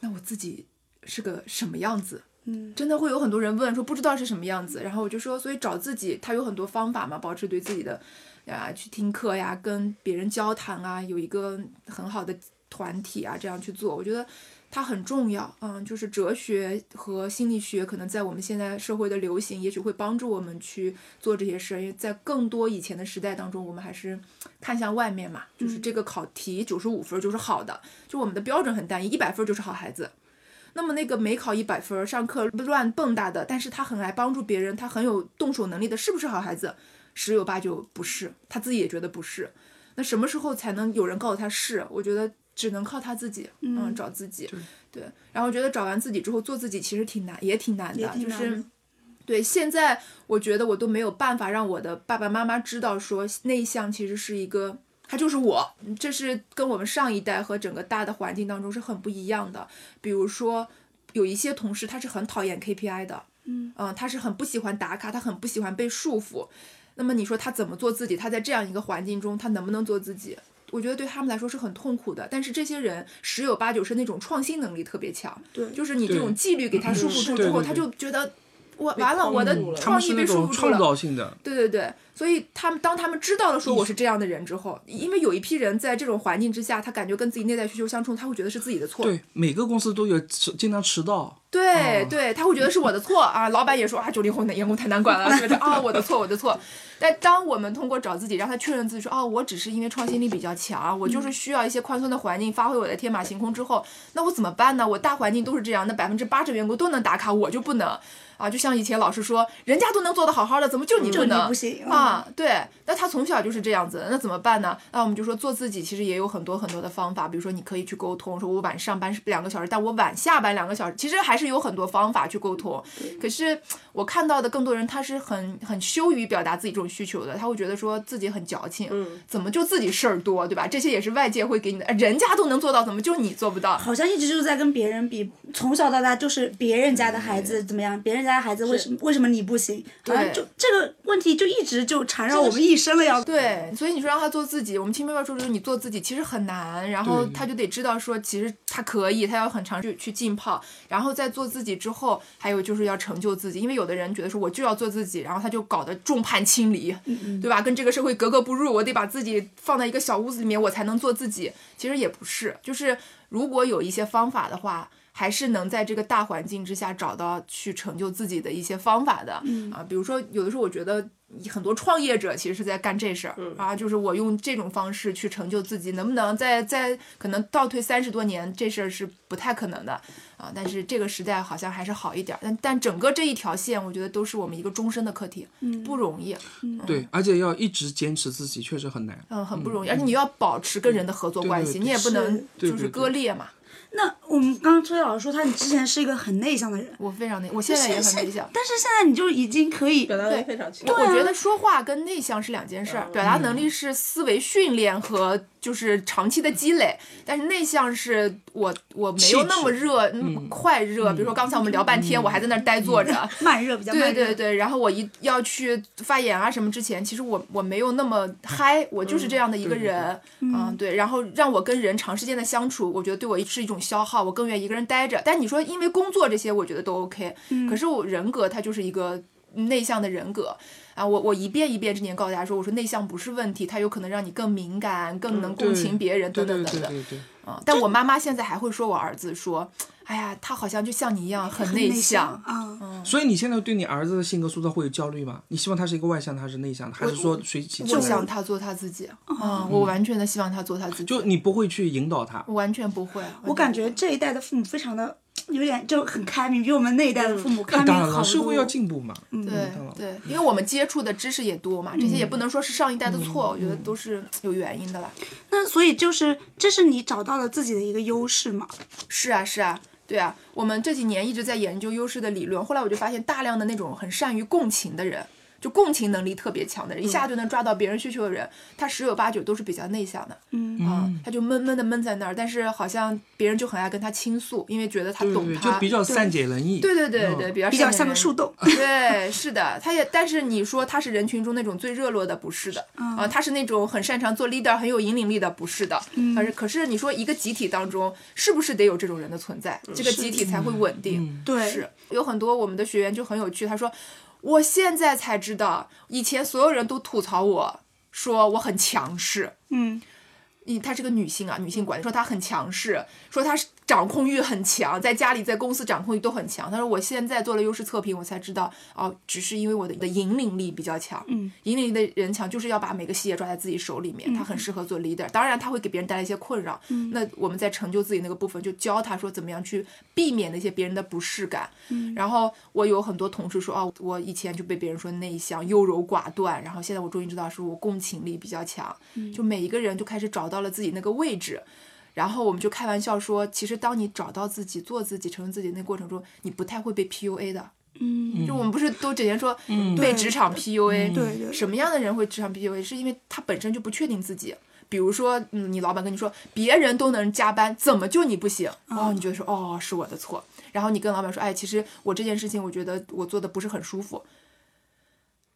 Speaker 4: 那我自己是个什么样子？
Speaker 5: 嗯，
Speaker 4: 真的会有很多人问说不知道是什么样子，然后我就说，所以找自己，它有很多方法嘛，保持对自己的啊，去听课呀，跟别人交谈啊，有一个很好的团体啊，这样去做，我觉得它很重要。嗯，就是哲学和心理学可能在我们现在社会的流行，也许会帮助我们去做这些事，因为在更多以前的时代当中，我们还是看向外面嘛，
Speaker 5: 嗯
Speaker 4: 就是这个考题九十五分就是好的，就我们的标准很单一，一百分就是好孩子。那么那个没考一百分儿，上课乱蹦跶的，但是他很爱帮助别人，他很有动手能力的，是不是好孩子？十有八九不是，他自己也觉得不是。那什么时候才能有人告诉他是？我觉得只能靠他自己，嗯，找自己，对。然后我觉得找完自己之后做自己其实挺难，也挺难的，
Speaker 5: 也挺难
Speaker 4: 就是
Speaker 5: 的。
Speaker 4: 对，现在我觉得我都没有办法让我的爸爸妈妈知道，说内向其实是一个，他就是我，这是跟我们上一代和整个大的环境当中是很不一样的。比如说，有一些同事他是很讨厌 KPI 的，
Speaker 5: 嗯
Speaker 4: 他是很不喜欢打卡，他很不喜欢被束缚。那么你说他怎么做自己？他在这样一个环境中，他能不能做自己？我觉得对他们来说是很痛苦的。但是这些人十有八九是那种创新能力特别强，
Speaker 5: 对
Speaker 4: 就是你这
Speaker 3: 对
Speaker 4: 种纪律给他束缚住
Speaker 3: 嗯
Speaker 4: 之后，
Speaker 3: 对对对
Speaker 4: 他就觉得我
Speaker 2: 被
Speaker 4: 完了，
Speaker 2: 框
Speaker 4: 我的
Speaker 2: 住了
Speaker 3: 他们
Speaker 4: 创
Speaker 3: 是
Speaker 4: 意
Speaker 3: 那
Speaker 4: 被束
Speaker 3: 种
Speaker 4: 缚住
Speaker 3: 创
Speaker 4: 了。
Speaker 3: 造性的，
Speaker 4: 对对对，所以他们当他们知道了说我是这样的人之后，因为有一批人在这种环境之下，他感觉跟自己内在需求相冲，他会觉得是自己的错。
Speaker 3: 对，每个公司都有迟经常迟到，
Speaker 4: 对
Speaker 5: 嗯
Speaker 4: 对，他会觉得是我的错啊。老板也说啊，九零后的员工太难管了，觉得啊我的错，我的错。但当我们通过找自己，让他确认自己说哦，我只是因为创新力比较强，我
Speaker 5: 嗯
Speaker 4: 就是需要一些宽松的环境，发挥我的天马行空之后，那我怎么办呢？我大环境都是这样，那百分之八十员工都能打卡，我就不能。啊，就像以前老师说，人家都能做得好好的，怎么就你
Speaker 5: 就
Speaker 4: 不
Speaker 5: 你
Speaker 4: 能？
Speaker 5: 不行嗯
Speaker 4: 啊，对。那他从小就是这样子，那怎么办呢？那我们就说做自己，其实也有很多很多的方法，比如说你可以去沟通，说我晚上班是两个小时，但我晚下班两个小时，其实还是有很多方法去沟通。可是我看到的更多人，他是很很羞于表达自己这种需求的，他会觉得说自己很矫情，怎么就自己事儿多，对吧？这些也是外界会给你的，哎人家都能做到，怎么就你做不到？
Speaker 5: 好像一直就是在跟别人比，从小到大就是别人家
Speaker 4: 嗯
Speaker 5: 的孩子怎么样，别人家的孩子为什么为什么你不行？好像就这个问题就一直就缠绕我们一生了要。
Speaker 4: 对，所以你说让他做自己，我们听妹妹说就是你做自己其实很难，然后
Speaker 3: 对
Speaker 4: 他就得知道说其实他可以，他要很长去去浸泡，然后在做自己之后，还有就是要成就自己，因为有的人觉得说我就要做自己，然后他就搞得众叛亲离，离，对吧？跟这个社会格格不入，我得把自己放在一个小屋子里面，我才能做自己。其实也不是，就是如果有一些方法的话。还是能在这个大环境之下找到去成就自己的一些方法的、啊，比如说有的时候我觉得很多创业者其实是在干这事儿、
Speaker 1: 嗯
Speaker 4: 啊，就是我用这种方式去成就自己，能不能在在可能倒退三十多年这事儿是不太可能的啊，但是这个时代好像还是好一点儿，但但整个这一条线我觉得都是我们一个终身的课题，
Speaker 1: 嗯
Speaker 4: 不容易，
Speaker 3: 对，而且要一直坚持自己，确实很难。
Speaker 4: 嗯，很不容易，而且你要保持跟人的合作关
Speaker 3: 嗯对
Speaker 4: 系，
Speaker 3: 对
Speaker 4: 你也不能
Speaker 3: 对
Speaker 4: 就
Speaker 3: 对
Speaker 4: 是
Speaker 3: 对
Speaker 4: 割裂嘛。
Speaker 1: 那我们刚刚崔老师说，他你之前是一个很内向的人，
Speaker 4: 我非常内，我现在也很内向。
Speaker 1: 但是现在你就已经可以
Speaker 2: 表达能力非常嗯强
Speaker 4: 我。我觉得说话跟内向是两件事儿，表达能力是思维训练和就是长期的积累，但是内向是我我没有那么热那
Speaker 2: 嗯
Speaker 4: 么快热，比如说刚才我们聊半天，我还在那儿呆坐着，
Speaker 1: 慢热，比较慢
Speaker 4: 对
Speaker 1: 热。
Speaker 4: 对对，然后我一要去发言啊什么之前，其实我我没有那
Speaker 3: 嗯
Speaker 4: 么嗨，我就是这样的一个人，嗯对，然后让我跟人长时间的相处，我觉得对我是一种消耗，我更愿意一个人待着。但你说因为工作这些，我觉得都 OK，、可
Speaker 3: 嗯
Speaker 4: 是我人格它就是一个内向的人格。啊，我我一遍一遍之前告诉大家说，我说内向不是问题，它有可能让你更敏感，更能共情别人，
Speaker 3: 嗯对
Speaker 4: 等
Speaker 3: 对
Speaker 4: 等等
Speaker 3: 对
Speaker 4: 等。
Speaker 3: 对对，
Speaker 4: 啊，但我妈妈现在还会说我儿子说，哎呀，他好像就像你一 样很内向，嗯
Speaker 1: 啊，
Speaker 3: 所以你现在对你儿子的性格塑造会有焦虑吗？你希望他是一个外向的，还是内向的，还是说随其自
Speaker 4: 我
Speaker 3: 然？
Speaker 4: 想他做他自己，
Speaker 1: 哦
Speaker 4: 嗯，我完全的希望他做他自己，
Speaker 3: 就你不会去引导他，
Speaker 4: 我完全不会。啊
Speaker 1: 我感觉这一代的父母非常的有点就很开明，比我们那一代的父
Speaker 4: 嗯
Speaker 1: 母开
Speaker 3: 那
Speaker 1: 明
Speaker 3: 当然
Speaker 1: 好
Speaker 3: 了，社会要
Speaker 1: 多。
Speaker 3: 进步嘛。
Speaker 4: 对嗯
Speaker 3: 嗯
Speaker 4: 对，因为我们接触的知识也多嘛，这些也
Speaker 1: 嗯
Speaker 4: 不能说是上一代的错，我觉得都是有原因的啦。
Speaker 5: 那所以就是，这是你找到了自己的一个优势嘛？
Speaker 4: 是啊，是啊。对啊，我们这几年一直在研究优势的理论，后来我就发现，大量的那种很善于共情的人，就共情能力特别强的
Speaker 1: 嗯
Speaker 4: 人，一下就能抓到别人需求的人，他十有八九都是比较内向的，嗯啊，他就闷闷的闷在那儿，但是好像别人就很爱跟他倾诉，因为觉得他
Speaker 3: 对对
Speaker 4: 懂
Speaker 3: 对，
Speaker 4: 他，
Speaker 3: 就比较嗯善解人意。
Speaker 4: 对对对对，比较
Speaker 1: 比
Speaker 4: 善
Speaker 1: 较
Speaker 4: 解
Speaker 1: 像个
Speaker 4: 人意
Speaker 1: 树 洞，
Speaker 4: 对，是的，他也，但是你说他是人群中那种最热络的，不是的，啊，他是那种很擅长做 leader，很有引领力的，不是的，可是可是你说一个集体当中，是不是得有这种人的存在，这个集体才会稳定？
Speaker 1: 对
Speaker 4: 是有很多我们的学员就很有趣，他说我现在才知道，以前所有人都吐槽我说我很强势，
Speaker 1: 嗯，
Speaker 4: 你她是个女性啊，女性管理说她很强势，说她是掌控欲很强，在家里在公司掌控欲都很强。她说我现在做了优势测评，我才知道哦，只是因为我的的引领力比较强，嗯，引领力的人强就是要把每个细节抓在自己手里面，她很适合做 leader。当然，她会给别人带来一些困扰，那我们在成就自己那个部分，就教她说怎么样去避免那些别人的不适感。然后我有很多同事说，哦，我以前就被别人说内向、优柔寡断，然后现在我终于知道是我共情力比较强，就每一个人就开始找到了自己那个位置。然后我们就开玩笑说，其实当你找到自己、做自己、成为自己的那过程中，你不太会被 PUA 的。嗯，就我们不是都整天说被职场 PUA，、
Speaker 1: 对对
Speaker 4: 什么样的人会职场 PUA？是因为他本身就不确定自己。比如说，嗯，你老板跟你说别人都能加班，怎么就你不行？哦，你觉得说哦是我的错，然后你跟老板说，哎，其实我这件事情我觉得我做的不是很舒服，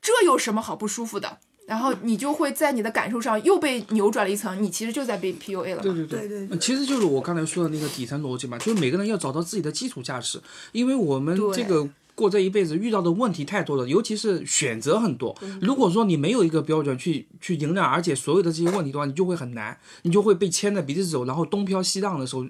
Speaker 4: 这有什么好不舒服的？然后你就会在你的感受上又被扭转了一层，你其实就在被 PUA 了嘛。
Speaker 3: 对
Speaker 1: 对对
Speaker 3: 对，其实就是我刚才说的那个底层逻辑嘛，就是每个人要找到自己的基础价值，因为我们
Speaker 4: 对
Speaker 3: 这个。过这一辈子遇到的问题太多了，尤其是选择很多。如果说你没有一个标准去去迎刃而解所有的这些问题的话，你就会很难，你就会被牵着鼻子走，然后东飘西荡的时候，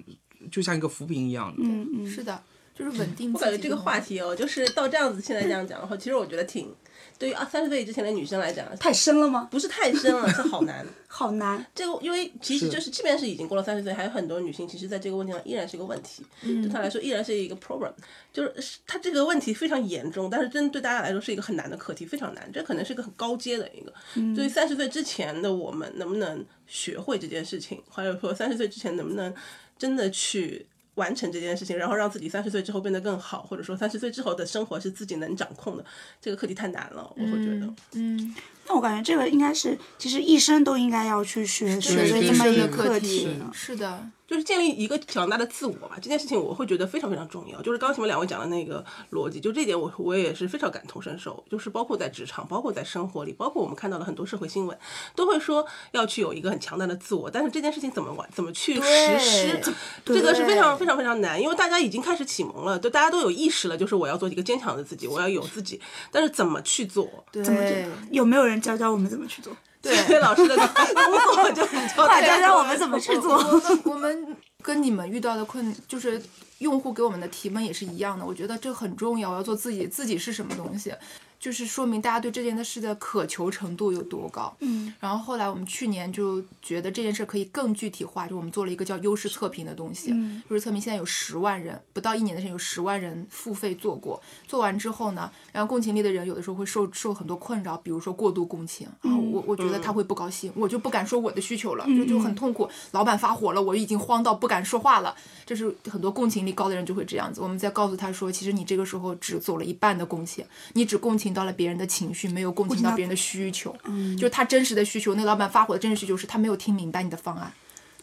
Speaker 3: 就像一个浮萍一样的。
Speaker 1: 嗯
Speaker 4: 是的，就是稳定自己。
Speaker 2: 我感觉这个话，题哦，就是到这样子，现在这样讲的话，其实我觉得挺，对于二三十岁之前的女生来讲，
Speaker 1: 太深了吗？
Speaker 2: 不是太深了，是好难。
Speaker 1: 好难，
Speaker 2: 这个因为其实就是，即便是已经过了三十岁，还有很多女性其实在这个问题上依然是一个问题，对她来说依然是一个 problem，就是是她这个问题非常严重，但是真的对大家来说是一个很难的课题，非常难。这可能是一个很高阶的一个，所以三十岁之前的我们能不能学会这件事情，还有说三十岁之前能不能真的去。完成这件事情，然后让自己三十岁之后变得更好，或者说三十岁之后的生活是自己能掌控的，这个课题太难了，我会觉得。
Speaker 4: 嗯，
Speaker 5: 那我感觉这个应该是，其实一生都应该要去学学
Speaker 4: 对
Speaker 5: 的
Speaker 4: 这
Speaker 5: 这么
Speaker 4: 么
Speaker 5: 一
Speaker 4: 一
Speaker 5: 个
Speaker 4: 个
Speaker 5: 课
Speaker 4: 题
Speaker 5: 题。，
Speaker 4: 是的，
Speaker 2: 就是建立一个强大的自我吧，这件事情我会觉得非常非常重要。就是刚刚前面两位讲的那个逻辑，就这点我我也是非常感同身受。就是包括在职场，包括在生活里，包括我们看到的很多社会新闻，都会说要去有一个很强大的自我，但是这件事情怎么完，怎么去实
Speaker 4: 对
Speaker 2: 施，这个是非常非常非常难，因为大家已经开始启蒙了，就大家都有意识了，就是我要做一个坚强的自己，我要有自己，但是怎么去做？
Speaker 4: 对
Speaker 1: 怎么去？有没有人教教我们怎么去做？
Speaker 2: 对， 老师的工作就很重要。
Speaker 1: 教教我们怎么去做？
Speaker 4: 我们我们跟你们遇到的困，就是用户给我们的提问也是一样的。我觉得这很重要，我要做自己，自己是什么东西，就是说明大家对这件事的渴求程度有多高。嗯，然后后来我们去年就觉得这件事可以更具体化，就我们做了一个叫优势测评的东西。
Speaker 1: 嗯
Speaker 4: 优势测评现在有十万人，不到一年的时间有十万人付费做过。做完之后呢，然后共情力的人有的时候会受受很多困扰，比如说过度共情，啊，我我觉得他会不高兴，我就不敢说我的需求了，就就很痛苦。老板发火了，我已经慌到不敢说话了。这是很多共情力高的人就会这样子。我们在告诉他说，其实你这个时候只走了一半的共情，你只共情到了别人的情绪，没有共情到别人的需求，就是他真实的需求。那个老板发火的真实需求是他没有听明白你的方案。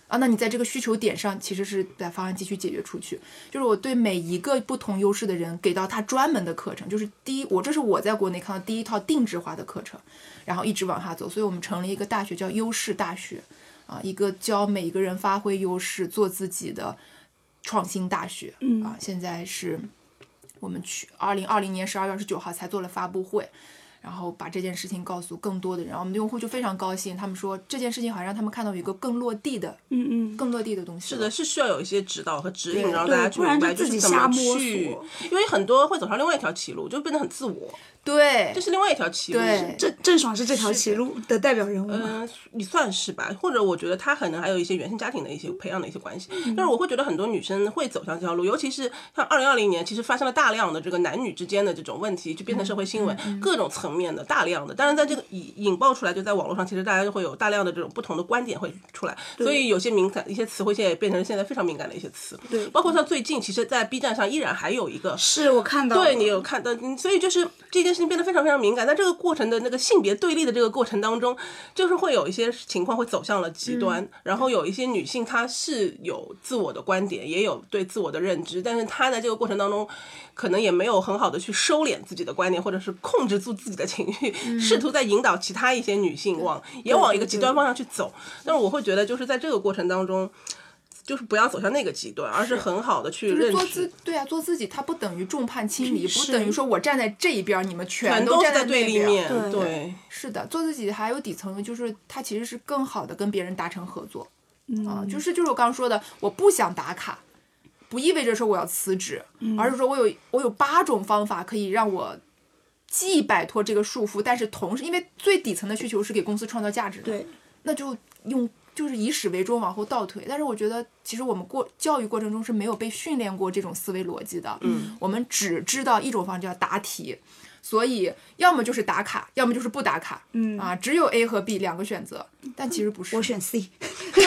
Speaker 4: 啊，那你在这个需求点上，其实是把方案继续解决出去。就是我对每一个不同优势的人，给到他专门的课程，就是第一，我这是我在国内看到第一套定制化的课程，然后一直往下走。所以我们成立一个大学叫优势大学，啊，一个教每一个人发挥优势、做自己的创新大学。
Speaker 1: 嗯
Speaker 4: 啊，现在是我们去二零二零年十二月二十九号才做了发布会，然后把这件事情告诉更多的人，然后我们的用户就非常高兴，他们说这件事情好像让他们看到有一个更落地的、
Speaker 1: 嗯嗯，
Speaker 4: 更落地的东西
Speaker 2: 是
Speaker 4: 了。
Speaker 2: 的，是需要有一些指导和指引，
Speaker 4: 对
Speaker 2: 让大家
Speaker 1: 对
Speaker 2: 去
Speaker 1: 不然
Speaker 2: 明
Speaker 1: 就
Speaker 2: 白就
Speaker 1: 自
Speaker 2: 是
Speaker 1: 己
Speaker 2: 怎么
Speaker 1: 瞎摸
Speaker 2: 去
Speaker 1: 索，
Speaker 2: 因为很多会走上另外一条歧路，就变得很自我，
Speaker 4: 对
Speaker 2: 这，是另外一条歧路。
Speaker 4: 对
Speaker 1: 郑郑爽是这条歧路的代表人物吗？
Speaker 2: 嗯，你算是吧，或者我觉得她可能还有一些原生家庭的一些培养的一些关系，但是我会觉得很多女生会走上这条路，尤其是像二零二零年，其实发生了大量的这个男女之间的这种问题，就变成社会新闻，各种层面的大量的，当然在这个引引爆出来，就在网络上，其实大家就会有大量的这种不同的观点会出来，所以有些敏感一些词汇现在也变成现在非常敏感的一些词，
Speaker 1: 对
Speaker 2: 包括像最近，其实，在 B 站上依然还有一个
Speaker 1: 是我看到了，
Speaker 2: 对你有看到，嗯所以就是这件事情变得非常非常敏感，在这个过程的那个性别对立的这个过程当中，就是会有一些情况会走向了极
Speaker 4: 嗯
Speaker 2: 端，然后有一些女性她是有自我的观点，也有对自我的认知，但是她在这个过程当中，可能也没有很好的去收敛自己的观点，或者是控制住自己的情绪，
Speaker 4: 嗯
Speaker 2: 试图在引导其他一些女性往也往一个极端方向去走。但是我会觉得，就是在这个过程当中。就是不要走向那个极端，而是很好的去
Speaker 4: 就
Speaker 2: 认
Speaker 4: 是
Speaker 2: 识。
Speaker 4: 做自对啊，做自己，它不等于众叛亲离，不
Speaker 1: 是
Speaker 4: 等于说我站在这一边儿，你们全
Speaker 2: 全都
Speaker 4: 站
Speaker 2: 是在
Speaker 4: 那
Speaker 2: 对立
Speaker 4: 边儿
Speaker 1: 对
Speaker 2: 面，对
Speaker 4: 是的，做自己还有底层，就是它其实是更好的跟别人达成合作。嗯、啊，就是就是我刚刚说的，我不想打卡，不意味着说我要辞职，而是说我有我有八种方法可以让我既摆脱这个束缚，但是同时，因为最底层的需求是给公司创造价值的，
Speaker 1: 对，
Speaker 4: 那就用就是以史为终，往后倒退。但是我觉得，其实我们过教育过程中是没有被训练过这种思维逻辑的。嗯，我们只知道一种方式叫答题，所以要么就是打卡，要么就是不打卡。嗯啊，只有 A 和 B 两个选择，但其实不是。
Speaker 1: 我选 C，
Speaker 4: 对，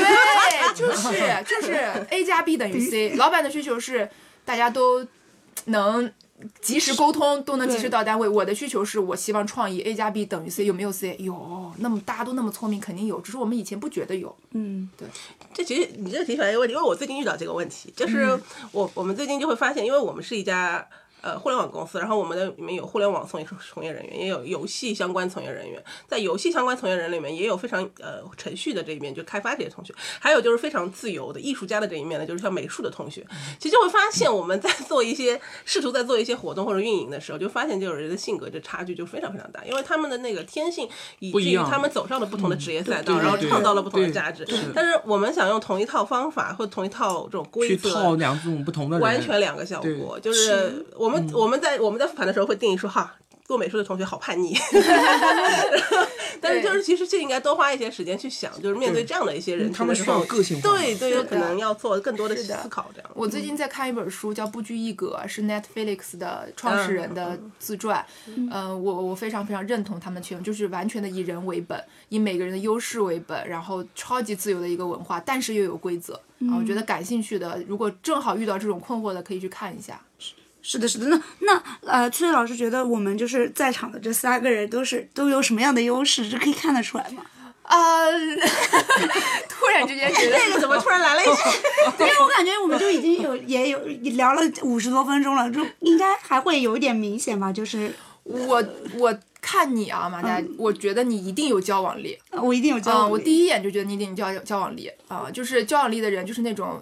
Speaker 4: 就是就是 A 加 B 等于 C。老板的需求是大家都能及时沟通，都能及时到单位。我的需求是我希望创意 A 加 B 等于 C，有没有 C？有，那么大家都那么聪明，肯定有，只是我们以前不觉得有。
Speaker 1: 嗯，
Speaker 2: 这其实你这提出来一个问题，因为我最近遇到这个问题，
Speaker 3: 嗯
Speaker 2: 就是我我们最近就会发现，因为我们是一家。呃，互联网公司，然后我们的里面有互联网从业从业人员，也有游戏相关从业人员，在游戏相关从业人员里面，也有非常呃程序的这一面，就开发这些同学，还有就是非常自由的艺术家的这一面呢，就是像美术的同
Speaker 3: 嗯
Speaker 2: 学，其实就会发现我们在做一些试图在做一些活动或者运营的时候，就发现就有人的性格这差距就非常非常大，因为他们的那个天性，以
Speaker 3: 不
Speaker 2: 至
Speaker 3: 一
Speaker 2: 于
Speaker 3: 样嗯
Speaker 2: 他们走上了不同的职业赛
Speaker 3: 对
Speaker 2: 道，
Speaker 3: 对
Speaker 2: 然后
Speaker 3: 对
Speaker 2: 创造了不同的
Speaker 3: 对
Speaker 2: 价值
Speaker 3: 是。
Speaker 2: 但是我们想用同一套方法或同一套这种规
Speaker 3: 去套
Speaker 2: 则，
Speaker 3: 两种不同的人，
Speaker 2: 完全两个效果。就是我们
Speaker 3: 嗯
Speaker 2: 我们在我们在复盘的时候会定义说哈。做美术的同学好叛 逆，但是就是其实就应该多花一些时间去想，就是面对
Speaker 3: 对嗯
Speaker 2: 这样的一些人群的时候，
Speaker 3: 他们需要个性化
Speaker 2: 对对，有
Speaker 4: 的
Speaker 2: 可能要做更多的
Speaker 4: 是的
Speaker 2: 思考，这样。
Speaker 4: 我最近在看一本书，叫《不拘一格》，是 Netflix 的创始人的自传。嗯，我我非常非常认同他们的群，就是完全的以人为本，以每个人的优势为本，然后超级自由的一个文化，但是又有规则。啊，我觉得
Speaker 2: 嗯
Speaker 4: 感兴趣的，如果正好遇到这种困惑的，可以去看一下。
Speaker 1: 是的，是的。那那呃，崔老师觉得我们就是在场的这三个人都是都有什么样的优势，这可以看得出来吗？
Speaker 4: 啊，突然之间觉得
Speaker 2: 这个怎么突然来了一 句？
Speaker 1: 因为我感觉我们就已经有 也有聊了五十多分钟了，就应该还会有一点明显吧。就是
Speaker 4: 我我看你啊，马佳，
Speaker 2: 嗯
Speaker 4: 我觉得你一定有交往力
Speaker 1: 呃我一定有交
Speaker 4: 啊、
Speaker 1: 往
Speaker 4: 我
Speaker 1: 力
Speaker 4: 第一眼就觉得你一定有交交往力啊、就是交往力的人就是那种。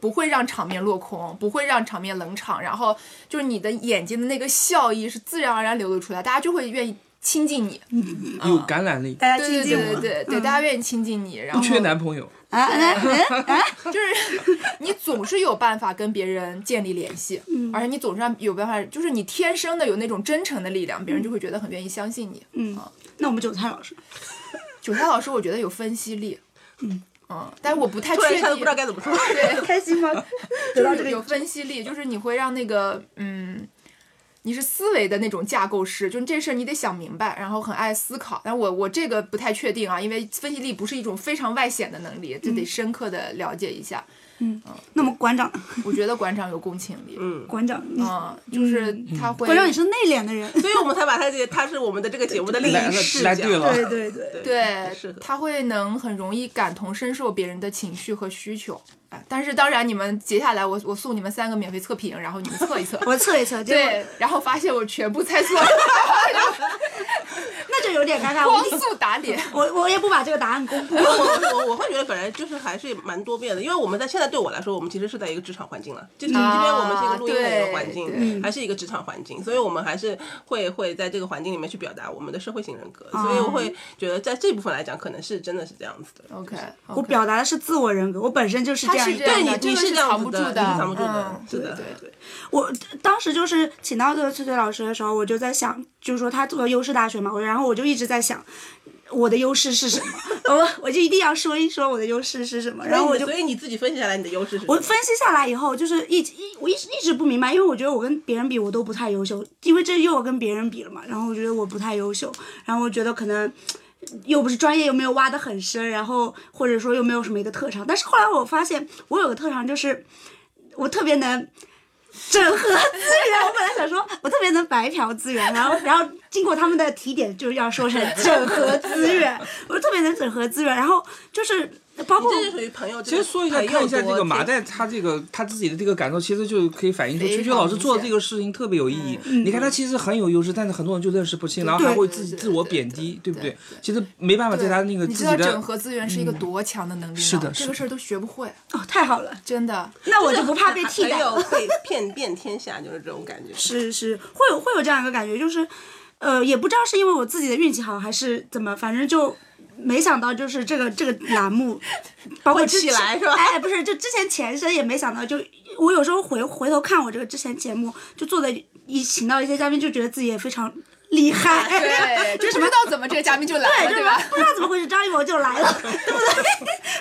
Speaker 4: 不会让场面落空，不会让场面冷场，然后就是你的眼睛的那个笑意是自然而然流露出来，大家就会愿意亲近你。
Speaker 2: 嗯
Speaker 3: 有感染力，
Speaker 1: 大家
Speaker 4: 对
Speaker 1: 亲
Speaker 4: 对
Speaker 1: 近
Speaker 4: 对
Speaker 1: 我
Speaker 4: 对对对，大家愿意亲近你，然后
Speaker 3: 不缺男朋友，
Speaker 1: 啊哎哎哎
Speaker 4: 就是 你总是有办法跟别人建立联系，
Speaker 2: 嗯
Speaker 4: 而且你总是有办法，就是你天生的有那种真诚的力量，
Speaker 2: 嗯
Speaker 4: 别人就会觉得很愿意相信你。
Speaker 1: 嗯，那我们韭菜 老师，
Speaker 4: 韭菜老师，我觉得有分析力，嗯但是我不太
Speaker 2: 突
Speaker 4: 确
Speaker 2: 然一
Speaker 4: 定，
Speaker 2: 下都不知道该怎么说。
Speaker 4: 对，
Speaker 1: 开心吗？ 得到这
Speaker 4: 就是
Speaker 1: 个
Speaker 4: 有分析力，就是你会让那个嗯。你是思维的那种架构师，就是这事儿你得想明白，然后很爱思考。但我我这个不太确定啊，因为分析力不是一种非常外显的能力，就
Speaker 1: 嗯
Speaker 4: 得深刻的了解一下。
Speaker 1: 那么馆长，
Speaker 4: 我觉得馆长有共情力，
Speaker 1: 馆长，你
Speaker 4: 嗯，就是他会，
Speaker 1: 馆长也是内敛的人，
Speaker 2: 所以我们才把他这，他是我们的这个节目的另
Speaker 3: 来
Speaker 2: 一
Speaker 3: 了
Speaker 2: 视
Speaker 3: 来
Speaker 2: 角。
Speaker 3: 对了，
Speaker 1: 对对对，。
Speaker 4: 对
Speaker 2: 适合，
Speaker 4: 他会能很容易感同身受别人的情绪和需求。哎，但是当然，你们接下来我我送你们三个免费测评，然后你们测一测
Speaker 1: 我测一测，结果
Speaker 4: 对，然后发现我全部猜错了，
Speaker 1: 那就有点尴尬。
Speaker 4: 光
Speaker 1: 我
Speaker 4: 速打脸。
Speaker 1: 我我也不把这个答案公布。
Speaker 2: 我我我会觉得本来就是还是蛮多变的，因为我们在现在对我来说，我们其实是在一个职场环境了，就是即便我们是一个录音的一个环
Speaker 4: 啊
Speaker 2: 境，
Speaker 4: 对
Speaker 2: 还是一个职场环境，所以我们还是会会在这个环境里面去表达我们的社会性人格，所以我会觉得在这部分来讲，可能是真的是这样子的。
Speaker 4: OK，
Speaker 1: 我表达的是自我人格，我本身就是这
Speaker 4: 他
Speaker 1: 样
Speaker 4: 是
Speaker 1: 一
Speaker 4: 这
Speaker 1: 个
Speaker 4: 样
Speaker 2: 对
Speaker 4: 的，
Speaker 2: 你
Speaker 4: 这
Speaker 2: 你
Speaker 4: 个是
Speaker 2: 这样
Speaker 4: 藏
Speaker 2: 子
Speaker 4: 不住
Speaker 2: 的你是藏不住的
Speaker 4: 嗯，
Speaker 2: 是的
Speaker 4: 对对
Speaker 2: 对。
Speaker 1: 我当时就是请到这个翠翠老师的时候，我就在想，就是说他做优势大学嘛，我然后我就一直在想，我的优势是什么？ 我我就一定要说一说我的优势是什么。然后我就
Speaker 2: 所以你自己分析下来，你的优势是什么？
Speaker 1: 我分析下来以后，就是一直一我一直一直不明白，因为我觉得我跟别人比我都不太优秀，因为这又要跟别人比了嘛。然后我觉得我不太优秀，然后我觉得可能。又不是专业，又没有挖得很深，然后或者说又没有什么一个特长。但是后来我发现，我有个特长就是我特别能整合资源。我本来想说，我特别能白嫖资源，然后然后经过他们的提点，就是要说成整合资源，我特别能整合资源。然后就是包括
Speaker 2: 这是属于朋友。
Speaker 3: 其实说一下，看一下这个麻袋，他这个他自己的这个感受，其实就可以反映出
Speaker 4: 嗯非
Speaker 3: 秋秋
Speaker 4: 常
Speaker 3: 老师做的这
Speaker 4: 明显嗯
Speaker 3: 个事情特别有意义。你看他其实很有优势，但是很多人就认识不清，然后
Speaker 1: 对
Speaker 3: 还会
Speaker 4: 对
Speaker 3: 自己
Speaker 4: 对
Speaker 3: 自我
Speaker 4: 对
Speaker 3: 贬
Speaker 4: 对
Speaker 3: 低，对不
Speaker 4: 对
Speaker 3: 对？其实没办法，在他那个
Speaker 4: 你
Speaker 3: 自
Speaker 4: 知
Speaker 3: 己
Speaker 4: 道整
Speaker 3: 的嗯
Speaker 4: 合资源是一个多强的能力吗？
Speaker 3: 是的是
Speaker 4: 这
Speaker 3: 的
Speaker 4: 个事儿都学不会，
Speaker 1: 哦，太好了，
Speaker 4: 真的。
Speaker 1: 那我就不怕被替代
Speaker 2: 朋
Speaker 1: 了
Speaker 2: 友。会遍遍天下，就是这种感觉。
Speaker 1: 是是，会有会有这样一个感觉，就是，呃，也不知道是因为我自己的运气好还是怎么，反正就没想到就是这个这个栏目，包括
Speaker 2: 会
Speaker 1: 之
Speaker 2: 起
Speaker 1: 前
Speaker 2: 来是吧
Speaker 1: 哎，不是，就之前前身也没想到就，我有时候回回头看我这个之前节目，就做的一请到一些嘉宾，就觉得自己也非常厉
Speaker 2: 啊
Speaker 1: 害，
Speaker 4: 对，就不知道怎么这个嘉宾就来了，
Speaker 1: 对
Speaker 4: 对
Speaker 1: 吧
Speaker 4: 吧？？
Speaker 1: 不知道怎么回事，张艺谋就来了，对不 对？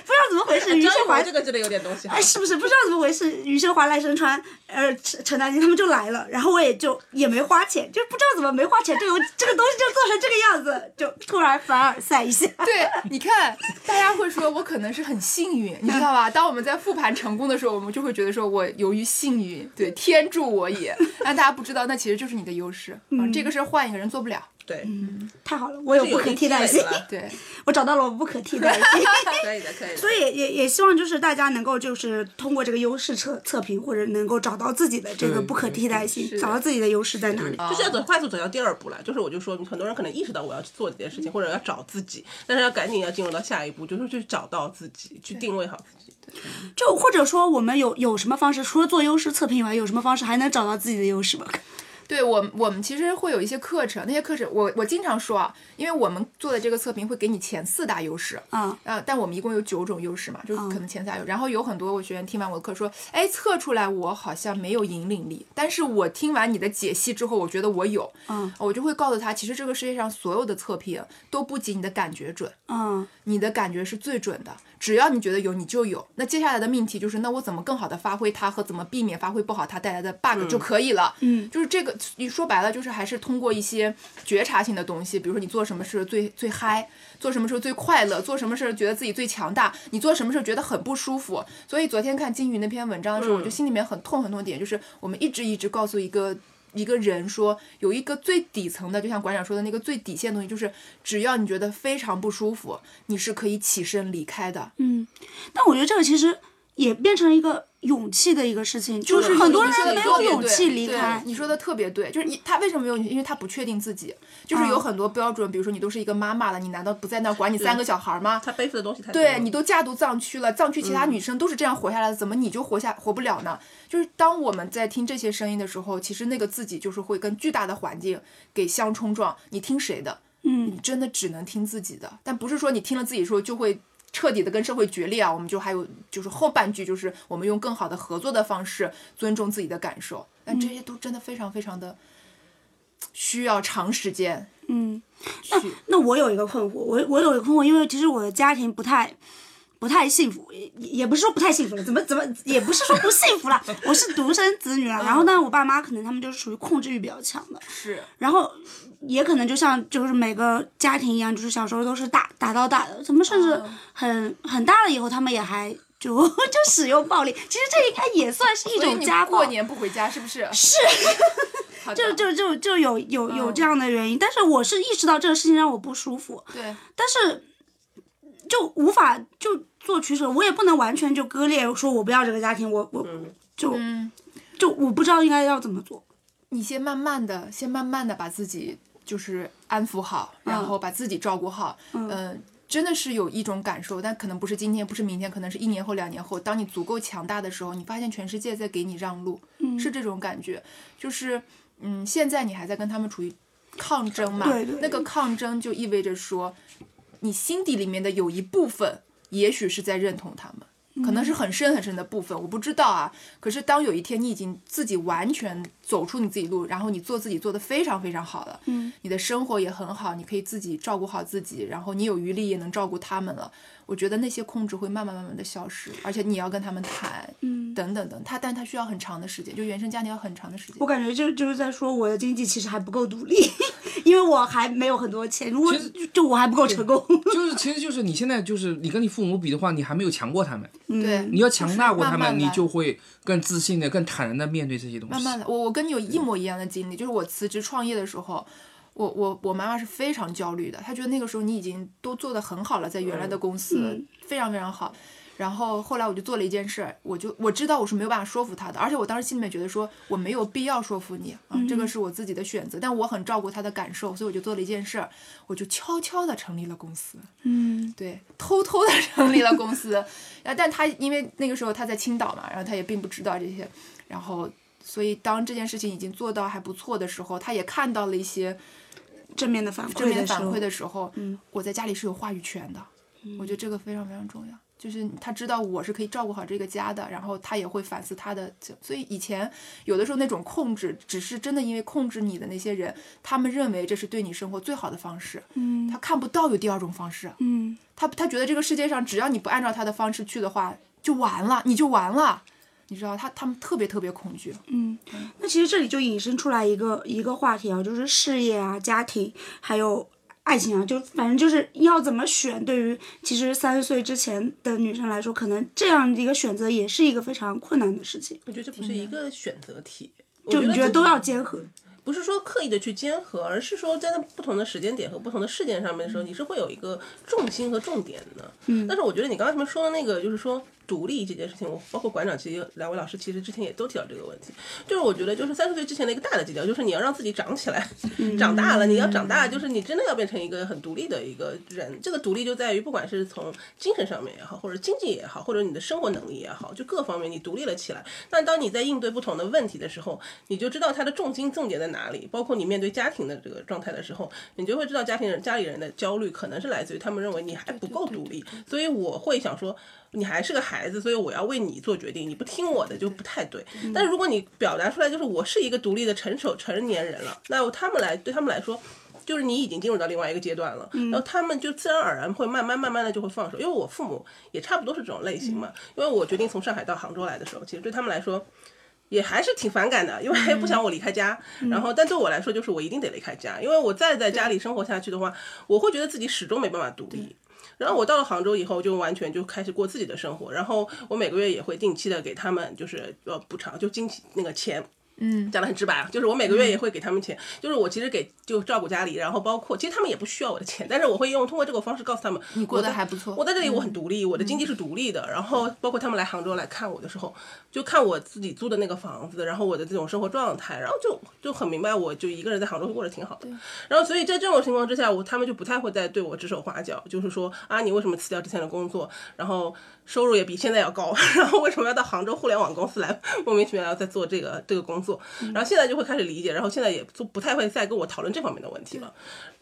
Speaker 1: 不知道怎么回事，于
Speaker 2: 张
Speaker 1: 是
Speaker 2: 艺
Speaker 1: 怀
Speaker 2: 谋这个真的有点东西哈
Speaker 1: 哎，。是不是不知道怎么回事？余秀华、赖声川、呃陈陈丹青他们就来了，然后我也就也没花钱，就不知道怎么没花钱，这个这个东西就做成这个样子，就突然凡尔赛一下。
Speaker 4: 对，你看，大家会说我可能是很幸运，你知道吧？当我们在复盘成功的时候，我们就会觉得说我由于幸运，对，天助我也。但大家不知道，那其实就是你的优势啊、这个事儿换一个人做不了。
Speaker 2: 对，
Speaker 1: 太好了，我有
Speaker 2: 是
Speaker 1: 不
Speaker 2: 有
Speaker 1: 可
Speaker 2: 一
Speaker 1: 替
Speaker 2: 定
Speaker 1: 代
Speaker 2: 积
Speaker 1: 性
Speaker 2: 累的，了
Speaker 4: 对，
Speaker 1: 我找到了我不可替代 性。
Speaker 2: 可以的，可以的。
Speaker 1: 所以也也希望就是大家能够就是通过这个优势测测评，或者能够找到自己的这个
Speaker 3: 对
Speaker 1: 不可替代性，
Speaker 4: 是
Speaker 1: 找到自己的优势在哪里。
Speaker 2: 就是要走快速走到第二步了，就是我就说，很多人可能意识到我要去做这件事情，或者要找自己，但是要赶紧要进入到下一步，就是去找到自己，去定位好自己。
Speaker 1: 就或者说我们有有什么方式，除了做优势测评以外，有什么方式还能找到自己的优势吗？
Speaker 4: 对我们，我们其实会有一些课程，那些课程我我经常说啊，因为我们做的这个测评会给你前四大优势，
Speaker 1: 嗯
Speaker 4: 呃，但我们一共有九种优势嘛，就是可能前四大优势。然后有很多我学员听完我的课说，哎，测出来我好像没有引领力，但是我听完你的解析之后，我觉得我有，
Speaker 1: 嗯，
Speaker 4: 我就会告诉他，其实这个世界上所有的测评都不及你的感觉准，
Speaker 1: 嗯，
Speaker 4: 你的感觉是最准的，只要你觉得有，你就有。那接下来的命题就是，那我怎么更好的发挥它和怎么避免发挥不好它带来的 bug 就可以了。嗯，就是这个，你说白了就是还是通过一些觉察性的东西，比如说你做什么事最最嗨，做什么事最快乐，做什么事觉得自己最强大，你做什么事觉得很不舒服。所以昨天看金鱼那篇文章的时候，我就心里面很痛很痛的点就是，我们一直一直告诉一个。一个人说有一个最底层的，就像馆长说的那个最底线的东西，就是只要你觉得非常不舒服，你是可以起身离开的。
Speaker 1: 嗯但我觉得这个其实也变成一个勇气的一个事情，就是很多人没有勇气离开
Speaker 4: 对。你说的特别对，就是你他为什么没有勇气？因为他不确定自己，就是
Speaker 1: 嗯
Speaker 4: 有很多标准，比如说你都是一个妈妈了，你难道不在那儿管你三个小孩吗？
Speaker 2: 他背负的东西太多了
Speaker 1: 嗯
Speaker 4: 对你都嫁入藏区了，藏区其他女生都是这样活下来的，怎么你就活下活不了呢？就是当我们在听这些声音的时候，其实那个自己就是会跟巨大的环境给相冲撞。你听谁的？嗯，你真的只能听自己的，但不是说你听了自己说就会彻底的跟社会决裂啊。我们就还有就是后半句，就是我们用更好的合作的方式尊重自己的感受。但这些都真的非常非常的需要长时间。
Speaker 1: 嗯，
Speaker 4: 去
Speaker 1: 那我有一个困惑，我我有一个困惑，因为其实我的家庭不太。不太幸福，也也不是说不太幸福了，怎么怎么也不是说不幸福了，我是独生子女了。啊然后
Speaker 4: 嗯
Speaker 1: 呢，我爸妈可能他们就是属于控制欲比较强的，
Speaker 4: 是
Speaker 1: 然后也可能就像就是每个家庭一样，就是小时候都是打打到大的，他们甚至
Speaker 4: 嗯
Speaker 1: 很、很大了以后，他们也还就 就使用暴力。其实这应该也算是一
Speaker 4: 所以
Speaker 1: 种
Speaker 4: 你
Speaker 1: 家暴
Speaker 4: 过，年不回家是不是？
Speaker 1: 是
Speaker 4: 好的
Speaker 1: 就就就就有有有
Speaker 4: 嗯
Speaker 1: 这样的原因。但是我是意识到这个事情让我不舒服，
Speaker 4: 对。
Speaker 1: 但是就无法就做取舍，我也不能完全就割裂，说我不要这个家庭，我我就
Speaker 4: 嗯
Speaker 1: 就我不知道应该要怎么做。
Speaker 4: 你先慢慢的，先慢慢的把自己就是安抚好，
Speaker 1: 嗯
Speaker 4: 然后把自己照顾好。嗯、真的是有一种感受，但可能不是今天，不是明天，可能是一年后、两年后，当你足够强大的时候，你发现全世界在给你让路，
Speaker 1: 嗯
Speaker 4: 是这种感觉。就是嗯，现在你还在跟他们处于抗争嘛？
Speaker 1: 对对
Speaker 4: 那个抗争就意味着说，你心底里面的有一部分，也许是在认同他们。可能是很深很深的部分，我不知道啊。可是当有一天你已经自己完全走出你自己路，然后你做自己做得非常非常好了，嗯，你的生活也很好，你可以自己照顾好自己，然后你有余力也能照顾他们了。我觉得那些控制会慢慢慢慢的消失，而且你要跟他们谈，嗯，等等等，他但他需要很长的时间，就原生家庭要很长的时间
Speaker 1: 我。感觉就就是在说我的经济其实还不够独立， 因为我还没有很多钱，如果
Speaker 3: 其实
Speaker 1: 就就我还不够成功。
Speaker 3: 就是其实就是你现在就是你跟你父母比的话，你还没有强过他们，
Speaker 4: 对，
Speaker 3: 你要强大过他们，
Speaker 4: 嗯慢慢来
Speaker 3: 你就会更自信的、更坦然的面对这些东西。
Speaker 4: 慢慢的，我我跟你有一模一样的经历，就是我辞职创业的时候，我我我妈妈是非常焦虑的，她觉得那个时候你已经都做得很好了，在原来的公司、非常非常好。然后后来我就做了一件事儿，我就我知道我是没有办法说服她的，而且我当时心里面觉得说我没有必要说服你啊，这个是我自己的选择，但我很照顾她的感受，所以我就做了一件事儿，我就悄悄的成立了公司。
Speaker 1: 嗯
Speaker 4: 对，偷偷的 成立了公司。然后，但他因为那个时候他在青岛嘛，然后他也并不知道这些，然后所以当这件事情已经做到还不错的时候，他也看到了一些
Speaker 1: 正面的反
Speaker 4: 正
Speaker 1: 馈
Speaker 4: 面
Speaker 1: 的时
Speaker 4: 反
Speaker 1: 候嗯
Speaker 4: 馈，的时候，我在家里是有话语权的。我觉得这个非常非常重要，就是他知道我是可以照顾好这个家的，然后他也会反思他的。所以以前有的时候那种控制，只是真的因为控制你的那些人，他们认为这是对你生活最好的方式，嗯，他看不到有第二种方式，
Speaker 1: 嗯，
Speaker 4: 他他觉得这个世界上只要你不按照他的方式去的话，就完了，你就完了，你知道他他们特别特别恐惧，
Speaker 1: 那其实这里就引申出来一个一个话题啊，就是事业啊、家庭还有爱情啊，就反正就是要怎么选。对于其实三十岁之前的女生来说，可能这样的一个选择也是一个非常困难的事情。
Speaker 2: 我觉得这不是一个选择题，
Speaker 1: 就
Speaker 2: 我
Speaker 1: 你觉得
Speaker 2: 这
Speaker 1: 都要兼合，
Speaker 2: 不是说刻意的去兼合，而是说在那不同的时间点和不同的事件上面的时候，你是会有一个重心和重点的。嗯，但是我觉得你刚刚前面说的那个，就是说独立这件事情，我包括馆长，其实两位老师其实之前也都提到这个问题，就是我觉得就是三十岁之前的一个大的基调，就是你要让自己长起来，长大了，你要长大，就是你真的要变成一个很独立的一个人。这个独立就在于不管是从精神上面也好，或者经济也好，或者你的生活能力也好，就各方面你独立了起来。但当你在应对不同的问题的时候，你就知道它的重心重点在哪里。包括你面对家庭的这个状态的时候，你就会知道家庭人家里人的焦虑可能是来自于他们认为你还不够独立，所以我会想说。你还是个孩子，所以我要为你做决定，你不听我的就不太对。嗯但是如果你表达出来就是我是一个独立的成熟成年人了，那他们来对他们来说，就是你已经进入到另外一个阶段了，然后他们就自然而然会慢慢慢慢的就会放手，因为我父母也差不多是这种类型嘛。因为我决定从上海到杭州来的时候，其实对他们来说。也还是挺反感的，因为不想我离开家。然后，但对我来说，就是我一定得离开家，因为我再在家里生活下去的话，我会觉得自己始终没办法独立。然后我到了杭州以后，就完全就开始过自己的生活。然后我每个月也会定期的给他们就是呃补偿，就经期那个钱
Speaker 4: 嗯，
Speaker 2: 讲的很直白啊，就是我每个月也会给他们钱，就是我其实给就照顾家里，然后包括其实他们也不需要我的钱，但是我会用通过这个方式告诉他们，你
Speaker 4: 过得还不错嗯
Speaker 2: 我在这里我很独立，我的经济是独立的，然后包括他们来杭州来看我的时候，就看我自己租的那个房子，然后我的这种生活状态，然后就就很明白，我就一个人在杭州过得挺好的，然后所以在这种情况之下，我他们就不太会再对我指手画脚，就是说啊你为什么辞掉之前的工作，然后收入也比现在要高， 然后为什么要到杭州互联网公司来莫名其妙要再做这个这个工作？然后现在就会开始理解，然后现在也就不太会再跟我讨论这方面的问题了。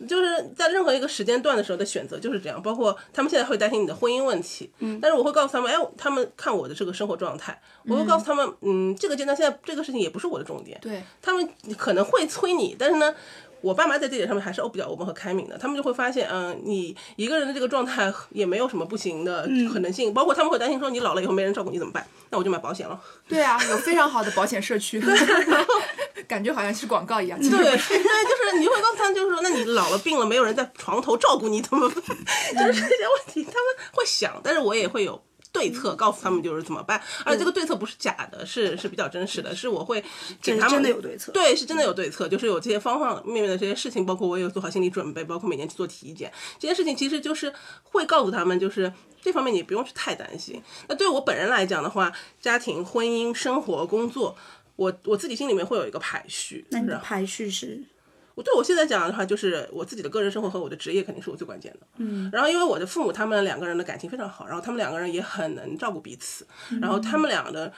Speaker 2: 就是在任何一个时间段的时候的选择就是这样，包括他们现在会担心你的婚姻问题，嗯，但是我会告诉他们，哎，他们看我的这个生活状态，我会告诉他们，嗯，这个阶段现在这个事情也不是我的重点，
Speaker 4: 对，
Speaker 2: 他们可能会催你，但是呢，我爸妈在这点上面还是 o 比较我们和开明的，他们就会发现，嗯、你一个人的这个状态也没有什么不行的可能性，包括他们会担心说你老了以后没人照顾你怎么办？那我就买保险了。
Speaker 4: 对啊，有非常好的保险 社区，感觉好像是广告一样。其实
Speaker 2: 对， 对，就是你会告诉他，就是说，那你老了病了，没有人在床头照顾你，怎么办？就是这些问题，他们会想，但是我也会有。对策告诉他们就是怎么办，而且这个对策不是假的，是是比较真实的，是我会给他们
Speaker 1: 真的有对策
Speaker 2: 对，是真的有对策，就是有这些方方面面的这些事情，包括我也有做好心理准备，包括每年去做体检，这些事情其实就是会告诉他们，就是这方面你不用去太担心。那对我本人来讲的话，家庭、婚姻、生活、工作，我我自己心里面会有一个排序，
Speaker 1: 那你的
Speaker 2: 然后
Speaker 1: 排序是？
Speaker 2: 我对我现在讲的话，就是我自己的个人生活和我的职业肯定是我最关键的。嗯，然后因为我的父母他们两个人的感情非常好，然后他们两个人也很能照顾彼此，然后他们俩的。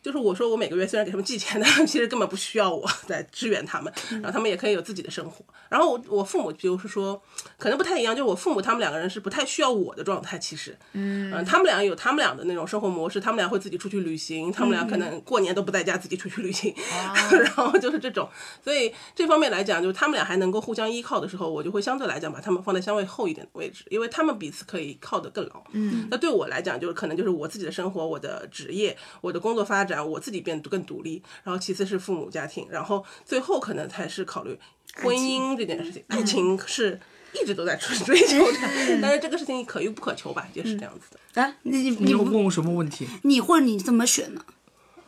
Speaker 2: 就是我说，我每个月虽然给他们寄钱， 但他们其实根本不需要我在支援他们，然后他们也可以有自己的生活。然后我我父母就是说，可能不太一样，就是我父母他们两个人是不太需要我的状态，其实，嗯、他们俩有他们俩的那种生活模式，他们俩会自己出去旅行，他们俩可能过年都不在家，自己出去旅行， 然后就是这种，所以这方面来讲，就是他们俩还能够互相依靠的时候，我就会相对来讲把他们放在相对后一点的位置，因为他们彼此可以靠得更牢。嗯，那对我来讲，就是可能就是我自己的生活、我的职业、我的工作发展，我自己变得更独立，然后其次是父母家庭，然后最后可能才是考虑婚姻这件事情，嗯爱情是。一直都在追追求的，但是这个事情可遇不可求吧，就是这样子的。
Speaker 1: 啊，你你
Speaker 3: 你
Speaker 1: 你
Speaker 3: 要
Speaker 1: 不
Speaker 3: 问我什么问题？
Speaker 1: 你或者你怎么选呢？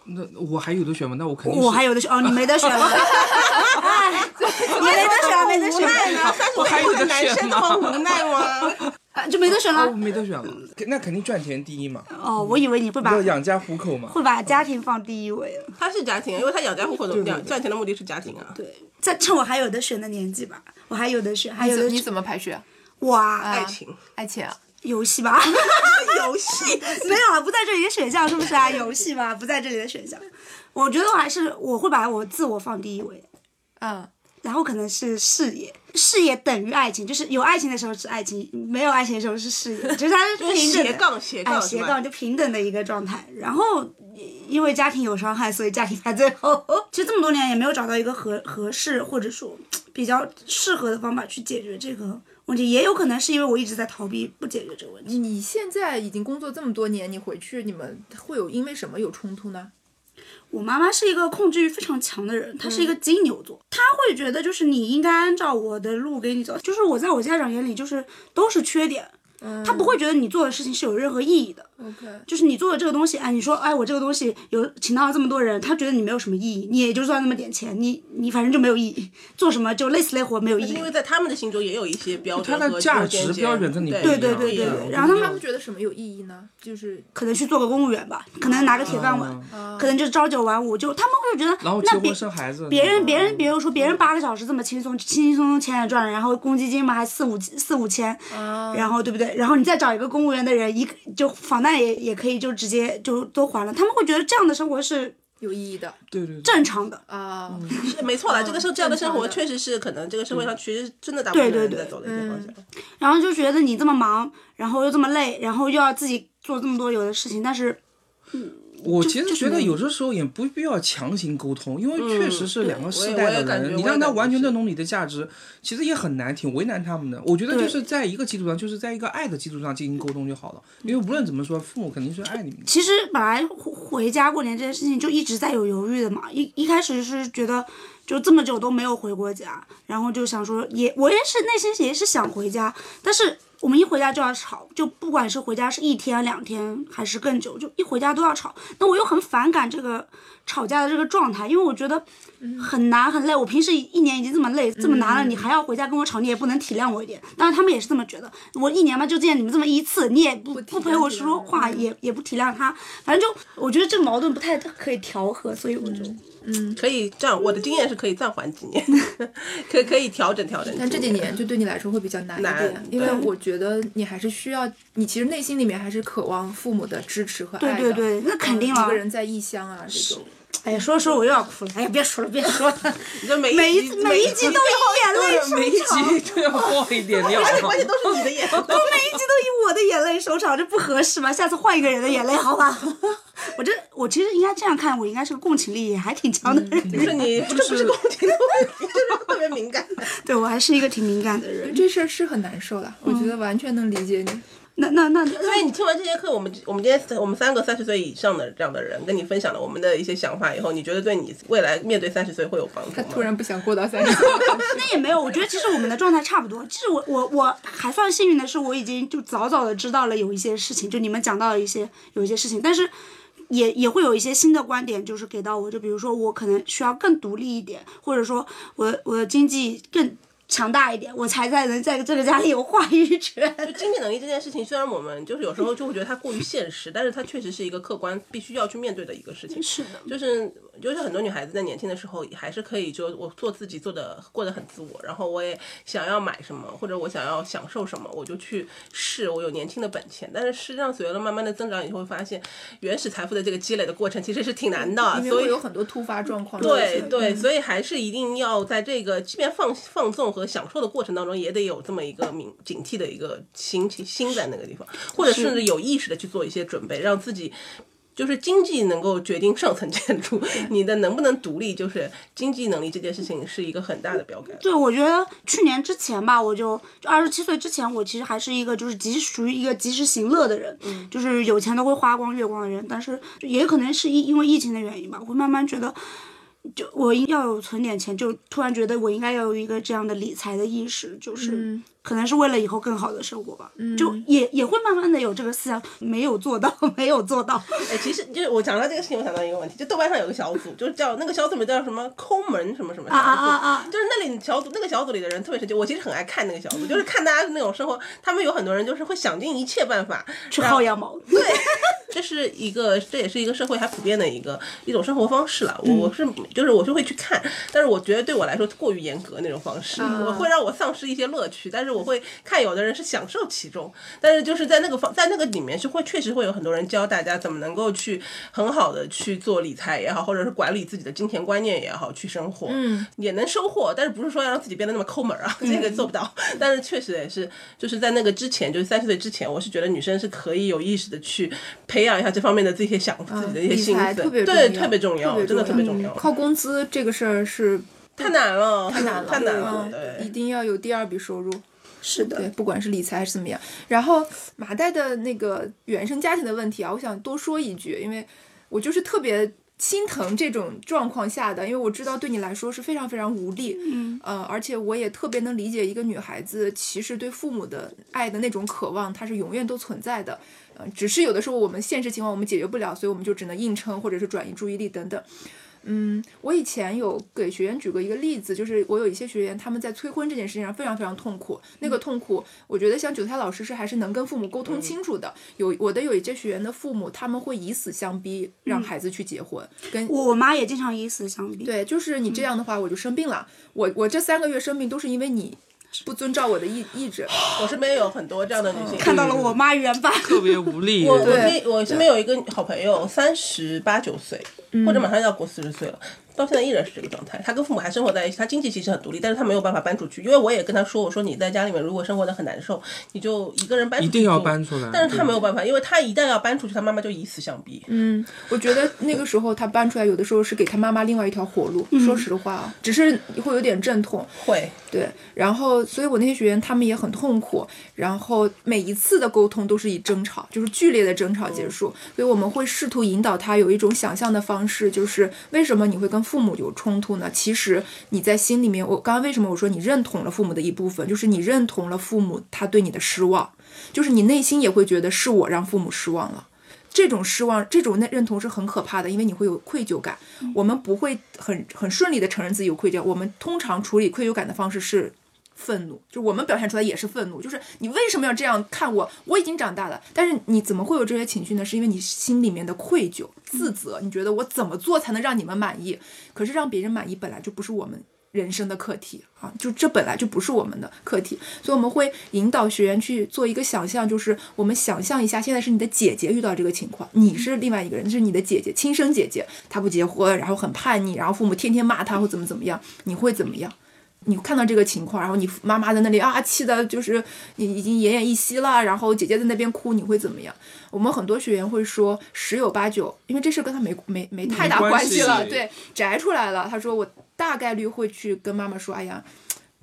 Speaker 3: 那我还有的选吗？那我肯定是
Speaker 1: 我还有的选哦，你没得选 了，哎，你没得选了，没得选了，
Speaker 3: 我还有的
Speaker 2: 男
Speaker 3: 选
Speaker 2: 生那么
Speaker 3: 吗？
Speaker 2: 无奈吗？
Speaker 1: 啊就没得选
Speaker 3: 啊，我
Speaker 1: 了。
Speaker 3: 没得选
Speaker 4: 嗯
Speaker 3: 了，那肯定赚钱第一嘛，
Speaker 1: 哦，我以为你会把
Speaker 3: 要养家糊口嘛。
Speaker 1: 会把家庭放第一位了。
Speaker 2: 他是家庭，因为他养家糊口的
Speaker 3: 对
Speaker 2: 养赚钱的目的是家庭啊。
Speaker 1: 对，在趁我还有的选的年纪吧，我还有的选，还有的
Speaker 4: 你
Speaker 1: 选
Speaker 4: 怎啊么排序？
Speaker 1: 哇，哎
Speaker 2: 爱情，
Speaker 4: 爱情啊，
Speaker 1: 游戏吧， 游 戏没有啊，不在这里的选项是不是啊？游戏 吧，不在这里的选项。我觉得我还是我会把我自我放第一位，
Speaker 4: 嗯，
Speaker 1: 然后可能是事业，事业等于爱情，就是有爱情的时候是爱情，没有爱情的时候是事 业，就是它是平等的
Speaker 2: 斜杠斜杠
Speaker 1: 哎，
Speaker 2: 是
Speaker 1: 斜
Speaker 2: 吧
Speaker 1: 杠就平等的一个状态。然后因为家庭有伤害，所以家庭排最后。 其实这么多年也没有找到一个合合适或者说比较适合的方法去解决这个问题，也有可能是因为我一直在逃避不解决这个问题。
Speaker 4: 你现在已经工作这么多年，你回去你们会有因为什么有冲突呢？
Speaker 1: 我妈妈是一个控制欲非常强的人，她是一
Speaker 3: 嗯
Speaker 1: 个金牛座，她会觉得就是你应该按照我的路给你走，就是我在我家长眼里就是都是缺点，
Speaker 3: 嗯
Speaker 1: 她不会觉得你做的事情是有任何意义的。
Speaker 4: OK，
Speaker 1: 就是你做的这个东西，哎，你说，哎，我这个东西有请到了这么多人，他觉得你没有什么意义，你也就赚那么点钱，你你反正就没有意义，做什么就累死累活没有意
Speaker 2: 是
Speaker 1: 义
Speaker 2: 因。为在他们的心中也有一些标准
Speaker 3: 他的
Speaker 2: 和
Speaker 3: 价
Speaker 2: 优先
Speaker 3: 值
Speaker 2: 级
Speaker 3: 标准跟你不
Speaker 2: 对
Speaker 3: 一啊
Speaker 1: 对
Speaker 3: 样
Speaker 1: 对对
Speaker 2: 对
Speaker 1: 对，
Speaker 2: 对
Speaker 1: 然后他
Speaker 4: 他们
Speaker 1: 们
Speaker 4: 觉得什么有意义呢？就是
Speaker 1: 可能去做个公务员吧，可能拿个铁饭碗，可能就是朝九晚五，就他们会觉得，
Speaker 3: 啊然后结
Speaker 1: 那别
Speaker 3: 婚生孩子，
Speaker 1: 别人别人，比如说别人八个小时这么轻松轻轻松松钱也赚了，然后公积金嘛还四五四五千，然后对不对？然后你再找一个公务员的人，一个就房贷也也可以就直接就都还了，他们会觉得这样的生活是
Speaker 4: 有意义的
Speaker 3: 对对对，
Speaker 1: 正常的。
Speaker 4: 啊。
Speaker 2: 是没错啦，这个生这样的生活
Speaker 4: 正常
Speaker 2: 确
Speaker 4: 的
Speaker 2: 实是可能这个社会
Speaker 3: 嗯
Speaker 2: 上其实真的大部分
Speaker 1: 对对
Speaker 2: 人
Speaker 1: 对
Speaker 2: 在走的一些方向。
Speaker 1: 然后就觉得你这么忙，然后又这么累，然后又要自己做这么多有的事情，但是
Speaker 3: 我其实觉得有的时候也不必要强行沟通，因为确实是两个
Speaker 2: 嗯
Speaker 3: 世代
Speaker 2: 我也我也
Speaker 3: 的
Speaker 2: 感觉
Speaker 3: 人，你让他
Speaker 2: 我也感觉
Speaker 3: 完全
Speaker 2: 是
Speaker 3: 认同你的价值，其实也很难，挺为难他们的。我觉得就是在一个基础上，就是在一个爱的基础上进行沟通就好了，因为无论怎么说，父母肯定是爱你们 的。
Speaker 1: 其实本来回回家过年这件事情就一直在有犹豫的嘛，一一开始是觉得就这么久都没有回过家，然后就想说也我也是内心也是想回家，但是我们一回家就要吵，就不管是回家是一天两天还是更久，就一回家都要吵。那我又很反感这个吵架的这个状态，因为我觉得
Speaker 4: 嗯
Speaker 1: 很难很累。我平时一年已经这么累这么难了，你还要回家跟我吵，你也不能体谅我一点。当然他们也是这么觉得，我一年嘛就见你们这么一次，你也不不陪我说话，
Speaker 4: 嗯
Speaker 1: 也也不体谅他，反正就我觉得这个矛盾不太可以调和，所以我
Speaker 4: 嗯
Speaker 1: 就。
Speaker 2: 嗯可以这样，我的经验是可以暂缓几年， 可可以调整调整。
Speaker 4: 但这几年就对你来说会比较难一
Speaker 2: 难
Speaker 4: 点，因为
Speaker 2: 对
Speaker 4: 我觉得你还是需要，你其实内心里面还是渴望父母的支持和爱
Speaker 1: 对
Speaker 4: 的。嗯
Speaker 1: 对对，那肯定
Speaker 4: 一
Speaker 1: 了
Speaker 4: 嗯个。人在异乡啊，这种
Speaker 1: 哎呀，说着说着我又要哭了。哎呀，别说了，别说了。
Speaker 2: 你就每
Speaker 1: 每
Speaker 2: 一
Speaker 1: 一
Speaker 2: 集
Speaker 1: 次每一集都以眼泪收
Speaker 3: 每一
Speaker 1: 场，每一
Speaker 3: 集都要爆一点 料。
Speaker 2: 而且关键都是你的眼光。
Speaker 1: 集都以我的眼泪收场，这不合适吗？下次换一个人的眼泪，好 吧？我这我其实应该这样看，我应该是个共情力也还挺强的
Speaker 2: 不是
Speaker 1: 人，
Speaker 2: 你， 这不是共情的问题，就是特别敏感。
Speaker 1: 对我还是一个挺敏感的人。
Speaker 4: 这事儿是很难受的，我觉得完全能理解你。
Speaker 1: 那那那
Speaker 2: 所以你听完这节课，我们我们今天我们三个三十岁以上的这样的人跟你分享了我们的一些想法以后，你觉得对你未来面对三十岁会有帮助
Speaker 4: 他
Speaker 2: 吗？
Speaker 4: 突然不想过到三十岁了，
Speaker 1: 那也没有，我觉得其实我们的状态差不多。其实我我我还算幸运的是，我已经就早早的知道了有一些事情，就你们讲到的一些有一些事情，但是也也会有一些新的观点，就是给到我，就比如说我可能需要更独立一点，或者说我我的经济更。强大一点，我才在能在这个家里有话语权。
Speaker 2: 就经济能力这件事情，虽然我们就是有时候就会觉得它过于现实，但是它确实是一个客观必须要去面对的一个事情。
Speaker 1: 是的，
Speaker 2: 就是就是很多女孩子在年轻的时候还是可以就我做自己做的过得很自我，然后我也想要买什么或者我想要享受什么，我就去试，我有年轻的本钱。但是事实上，随着慢慢的增长，你会发现原始财富的这个积累的过程其实是挺难的，
Speaker 4: 因为
Speaker 2: 啊所以
Speaker 4: 会有很多突发状况。
Speaker 2: 对
Speaker 1: 嗯
Speaker 2: 对，所以还是一定要在这个即便放放纵和享受的过程当中，也得有这么一个敏警惕的一个心情心在那个地方，或者甚至有意识的去做一些准备，让自己。就是经济能够决定上层建筑，你的能不能独立，就是经济能力这件事情是一个很大的标杆。
Speaker 1: 对，我觉得去年之前吧，我就就二十七岁之前，我其实还是一个就是及属于一个及时行乐的人，就是有钱都会花光月光的人。但是也可能是因因为疫情的原因吧，我会慢慢觉得，就我应要有存点钱，就突然觉得我应该要有一个这样的理财的意识，就是。
Speaker 4: 嗯
Speaker 1: 可能是为了以后更好的生活吧，就也也会慢慢的有这个思想，没有做到， 没有做到，
Speaker 2: 哎，其实就是我讲到这个事情，我想到一个问题，就豆瓣上有个小组，就是叫那个小组名叫什么“抠门”什么什么小组，
Speaker 1: 啊啊啊啊
Speaker 2: 就是那里小组那个小组里的人特别神奇。我其实很爱看那个小组，就是看大家那种生活，他们有很多人就是会想尽一切办法
Speaker 1: 去
Speaker 2: 然后
Speaker 1: 薅羊毛。
Speaker 2: 对，这是一个，这也是一个社会还普遍的一个一种生活方式了。我我是就是我是会去看，但是我觉得对我来说过于严格那种方式，我会让我丧失一些乐趣。但是我会看有的人是享受其中，但是就是在那个方在那个里面是会确实会有很多人教大家怎么能够去很好的去做理财也好，或者是管理自己的金钱观念也好，去生活，嗯，也能收获，但是不是说要让自己变得那么抠门儿啊， 这个做不到。但是确实也是，就是在那个之前，就是三十岁之前，我是觉得女生是可以有意识的去培养一下这方面的这些想法、自己的一些
Speaker 4: 嗯理
Speaker 2: 兴
Speaker 4: 财
Speaker 2: 奋，
Speaker 4: 特别重
Speaker 2: 对，
Speaker 4: 要
Speaker 2: 特别重要，真的特别重要，
Speaker 4: 靠工资这个事儿是嗯
Speaker 2: 太难了，太难太难了，
Speaker 4: 一
Speaker 2: 对。
Speaker 4: 定要有第二笔收入。
Speaker 1: 是的
Speaker 4: 对，不管是理财还是怎么样。然后麻袋的那个原生家庭的问题啊，我想多说一句，因为我就是特别心疼这种状况下的，因为我知道对你来说是非常非常无力，嗯，呃，而且我也特别能理解一个女孩子其实对父母的爱的那种渴望，它是永远都存在的。呃，只是有的时候我们现实情况我们解决不了，所以我们就只能硬撑，或者是转移注意力等等。嗯，我以前有给学员举过一个例子，就是我有一些学员他们在催婚这件事情上非常非常痛苦，那个痛苦，我觉得像韭菜老师是还是能跟父母沟通清楚的。有我的有一些学员的父母，他们会以死相逼，让孩子去结婚，跟
Speaker 1: 我我妈也经常以死相逼。
Speaker 4: 对，就是你这样的话，我就生病了。我我这三个月生病都是因为你不遵照我的意意志。
Speaker 2: 我身边有很多这样的女性，
Speaker 1: 看到了我妈原版，
Speaker 3: 特别无力。啊
Speaker 2: 我我
Speaker 4: 对
Speaker 2: 身我身边有一个好朋友，三十八九岁，
Speaker 3: 嗯
Speaker 2: 或者马上要过四十岁了。到现在依然是这个状态，他跟父母还生活在一起，他经济其实很独立，但是他没有办法搬出去，因为我也跟他说，我说你在家里面如果生活的很难受，你就一个人搬出去
Speaker 3: 一定要
Speaker 2: 住
Speaker 3: 搬出来
Speaker 2: 但是他没有办法，因为他一旦要搬出去，他妈妈就以死相逼。
Speaker 4: 嗯，我觉得那个时候他搬出来，有的时候是给他妈妈另外一条活路。说实话啊，只是会有点阵痛。
Speaker 2: 会，
Speaker 4: 对，然后，所以我那些学员他们也很痛苦，然后每一次的沟通都是以争吵，就是剧烈的争吵结束。所以我们会试图引导他有一种想象的方式，就是为什么你会跟父母有冲突呢？其实你在心里面，我刚刚为什么我说你认同了父母的一部分，就是你认同了父母他对你的失望，就是你内心也会觉得是我让父母失望了。这种失望、这种认认同是很可怕的，因为你会有愧疚感。我们不会很很顺利的承认自己有愧疚，我们通常处理愧疚感的方式是愤怒，就我们表现出来也是愤怒，就是你为什么要这样看我？我已经长大了，但是你怎么会有这些情绪呢？是因为你心里面的愧疚、自责，你觉得我怎么做才能让你们满意？可是让别人满意本来就不是我们人生的课题啊，就这本来就不是我们的课题，所以我们会引导学员去做一个想象，就是我们想象一下，现在是你的姐姐遇到这个情况，你是另外一个人，是你的姐姐，亲生姐姐，她不结婚，然后很叛逆，然后父母天天骂她或怎么怎么样，你会怎么样？你看到这个情况，然后你妈妈在那里啊，气的就是你已经奄奄一息了，然后姐姐在那边哭，你会怎么样？我们很多学员会说十有八九，因为这事跟他没没没太大
Speaker 3: 没关
Speaker 4: 关系
Speaker 3: 系
Speaker 4: 了，对，摘出来了。他说我大概率会去跟妈妈说，哎呀，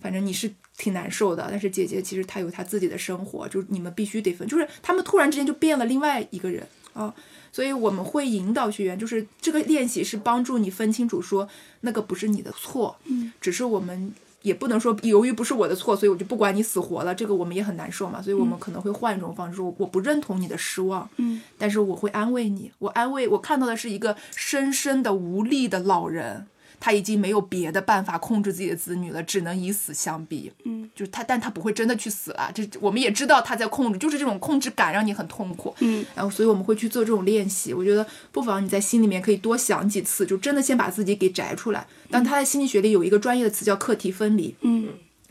Speaker 4: 反正你是挺难受的，但是姐姐其实她有她自己的生活，就是你们必须得分，就是他们突然之间就变了另外一个人啊。所以我们会引导学员，就是这个练习是帮助你分清楚说那个不是你的错，嗯，只是我们也不能说由于不是我的错，所以我就不管你死活了，这个我们也很难受嘛。所以我们可能会换一种方式说，我不认同你的失望，嗯，但是我会安慰你，我安慰我看到的是一个深深的无力的老人。他已经没有别的办法控制自己的子女了，只能以死相逼。嗯，就是他，但他不会真的去死啊。这我们也知道他在控制，就是这种控制感让你很痛苦。嗯，然后所以我们会去做这种练习。我觉得不妨你在心里面可以多想几次，就真的先把自己给摘出来。但他在心理学里有一个专业的词叫课题分离。嗯，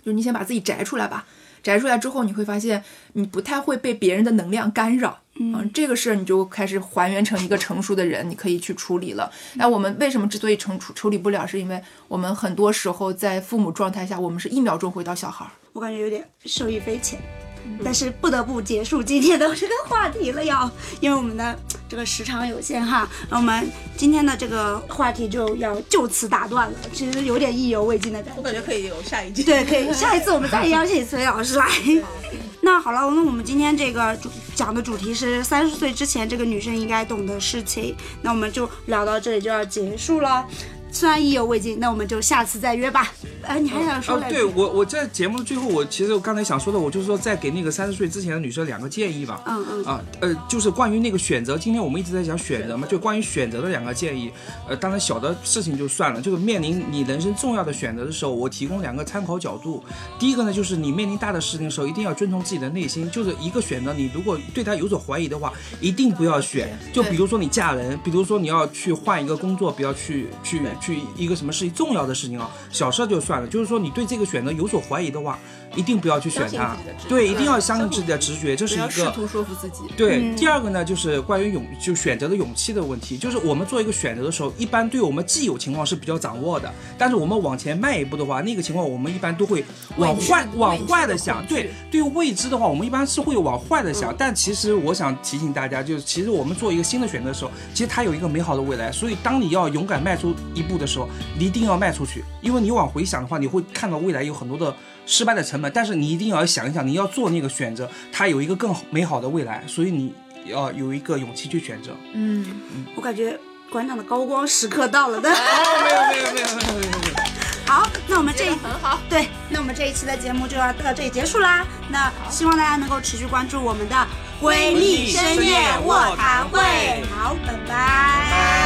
Speaker 4: 就是你先把自己摘出来吧。摘出来之后，你会发现你不太会被别人的能量干扰。嗯，这个事儿你就开始还原成一个成熟的人，你可以去处理了。
Speaker 3: 嗯
Speaker 4: 那我们为什么之所以成处处理不了，是因为我们很多时候在父母状态下，我们是一秒钟回到小孩儿。
Speaker 1: 我感觉有点受益匪浅。但是不得不结束今天的这个话题了要，因为我们的这个时长有限哈，那我们今天的这个话题就要就此打断了，其实有点意犹未尽的感觉
Speaker 2: 我。感觉可以有下一季。
Speaker 1: 对，可以，下一次我们再邀请崔老师来。 那好了，那我们今天这个主讲的主题是三十岁之前这个女生应该懂的事情，那我们就聊到这里就要结束了。虽然意犹未尽，那我们就下次再约吧。哎，你还想说
Speaker 3: 哦，
Speaker 1: 两句？
Speaker 3: 对我，我在节目的最后，我其实我刚才想说的，我就是说再给那个三十岁之前的女生两个建议吧。
Speaker 1: 嗯嗯
Speaker 3: 啊，呃，就是关于那个选择，今天我们一直在讲选择嘛，就关于选择的两个建议。呃，当然小的事情就算了，就是面临你人生重要的选择的时候，我提供两个参考角度。第一个呢，就是你面临大的事情的时候，一定要遵从自己的内心，就是一个选择，你如果对他有所怀疑的话，一定不要选。就比如说你嫁人，比如说你要去换一个工作，不要去去去一个什么事情重要的事情啊，小事就算了。就是说你对这个选择有所怀疑的话，一定不要去选
Speaker 2: 相信
Speaker 3: 它
Speaker 2: 自己的直觉。
Speaker 3: 对，一定要相信自己的直觉，这
Speaker 4: 不
Speaker 3: 是
Speaker 4: 要
Speaker 3: 一
Speaker 4: 试
Speaker 3: 个。
Speaker 4: 图说服自己。
Speaker 3: 对，第二个呢，就是关于勇，就选择的勇气的问题。就是我们做一个选择的时候，一般对我们既有情况是比较掌握的，但是我们往前迈一步的话，那个情况我们一般都会往
Speaker 4: 畏惧
Speaker 3: 坏往
Speaker 4: 畏惧
Speaker 3: 坏
Speaker 4: 和
Speaker 3: 的想。
Speaker 4: 恐惧
Speaker 3: 对，对于未知的话，我们一般是会往坏的想。但其实我想提醒大家，就是其实我们做一个新的选择的时候，其实它有一个美好的未来。所以当你要勇敢迈出一步的时候，你一定要迈出去，因为你往回想的话，你会看到未来有很多的。失败的成本，但是你一定要想一想，你要做那个选择，它有一个更美好的未来，所以你要有一个勇气去选择。
Speaker 4: 嗯，
Speaker 1: 我感觉馆长的高光时刻到 了的。
Speaker 3: 哦没有没有没有没有没有没有。
Speaker 1: 好，那我们这一
Speaker 4: 很好。
Speaker 1: 对，那我们这一期的节目就要到这里结束啦。那希望大家能够持续关注我们的《闺蜜深夜卧谈会》。好，拜拜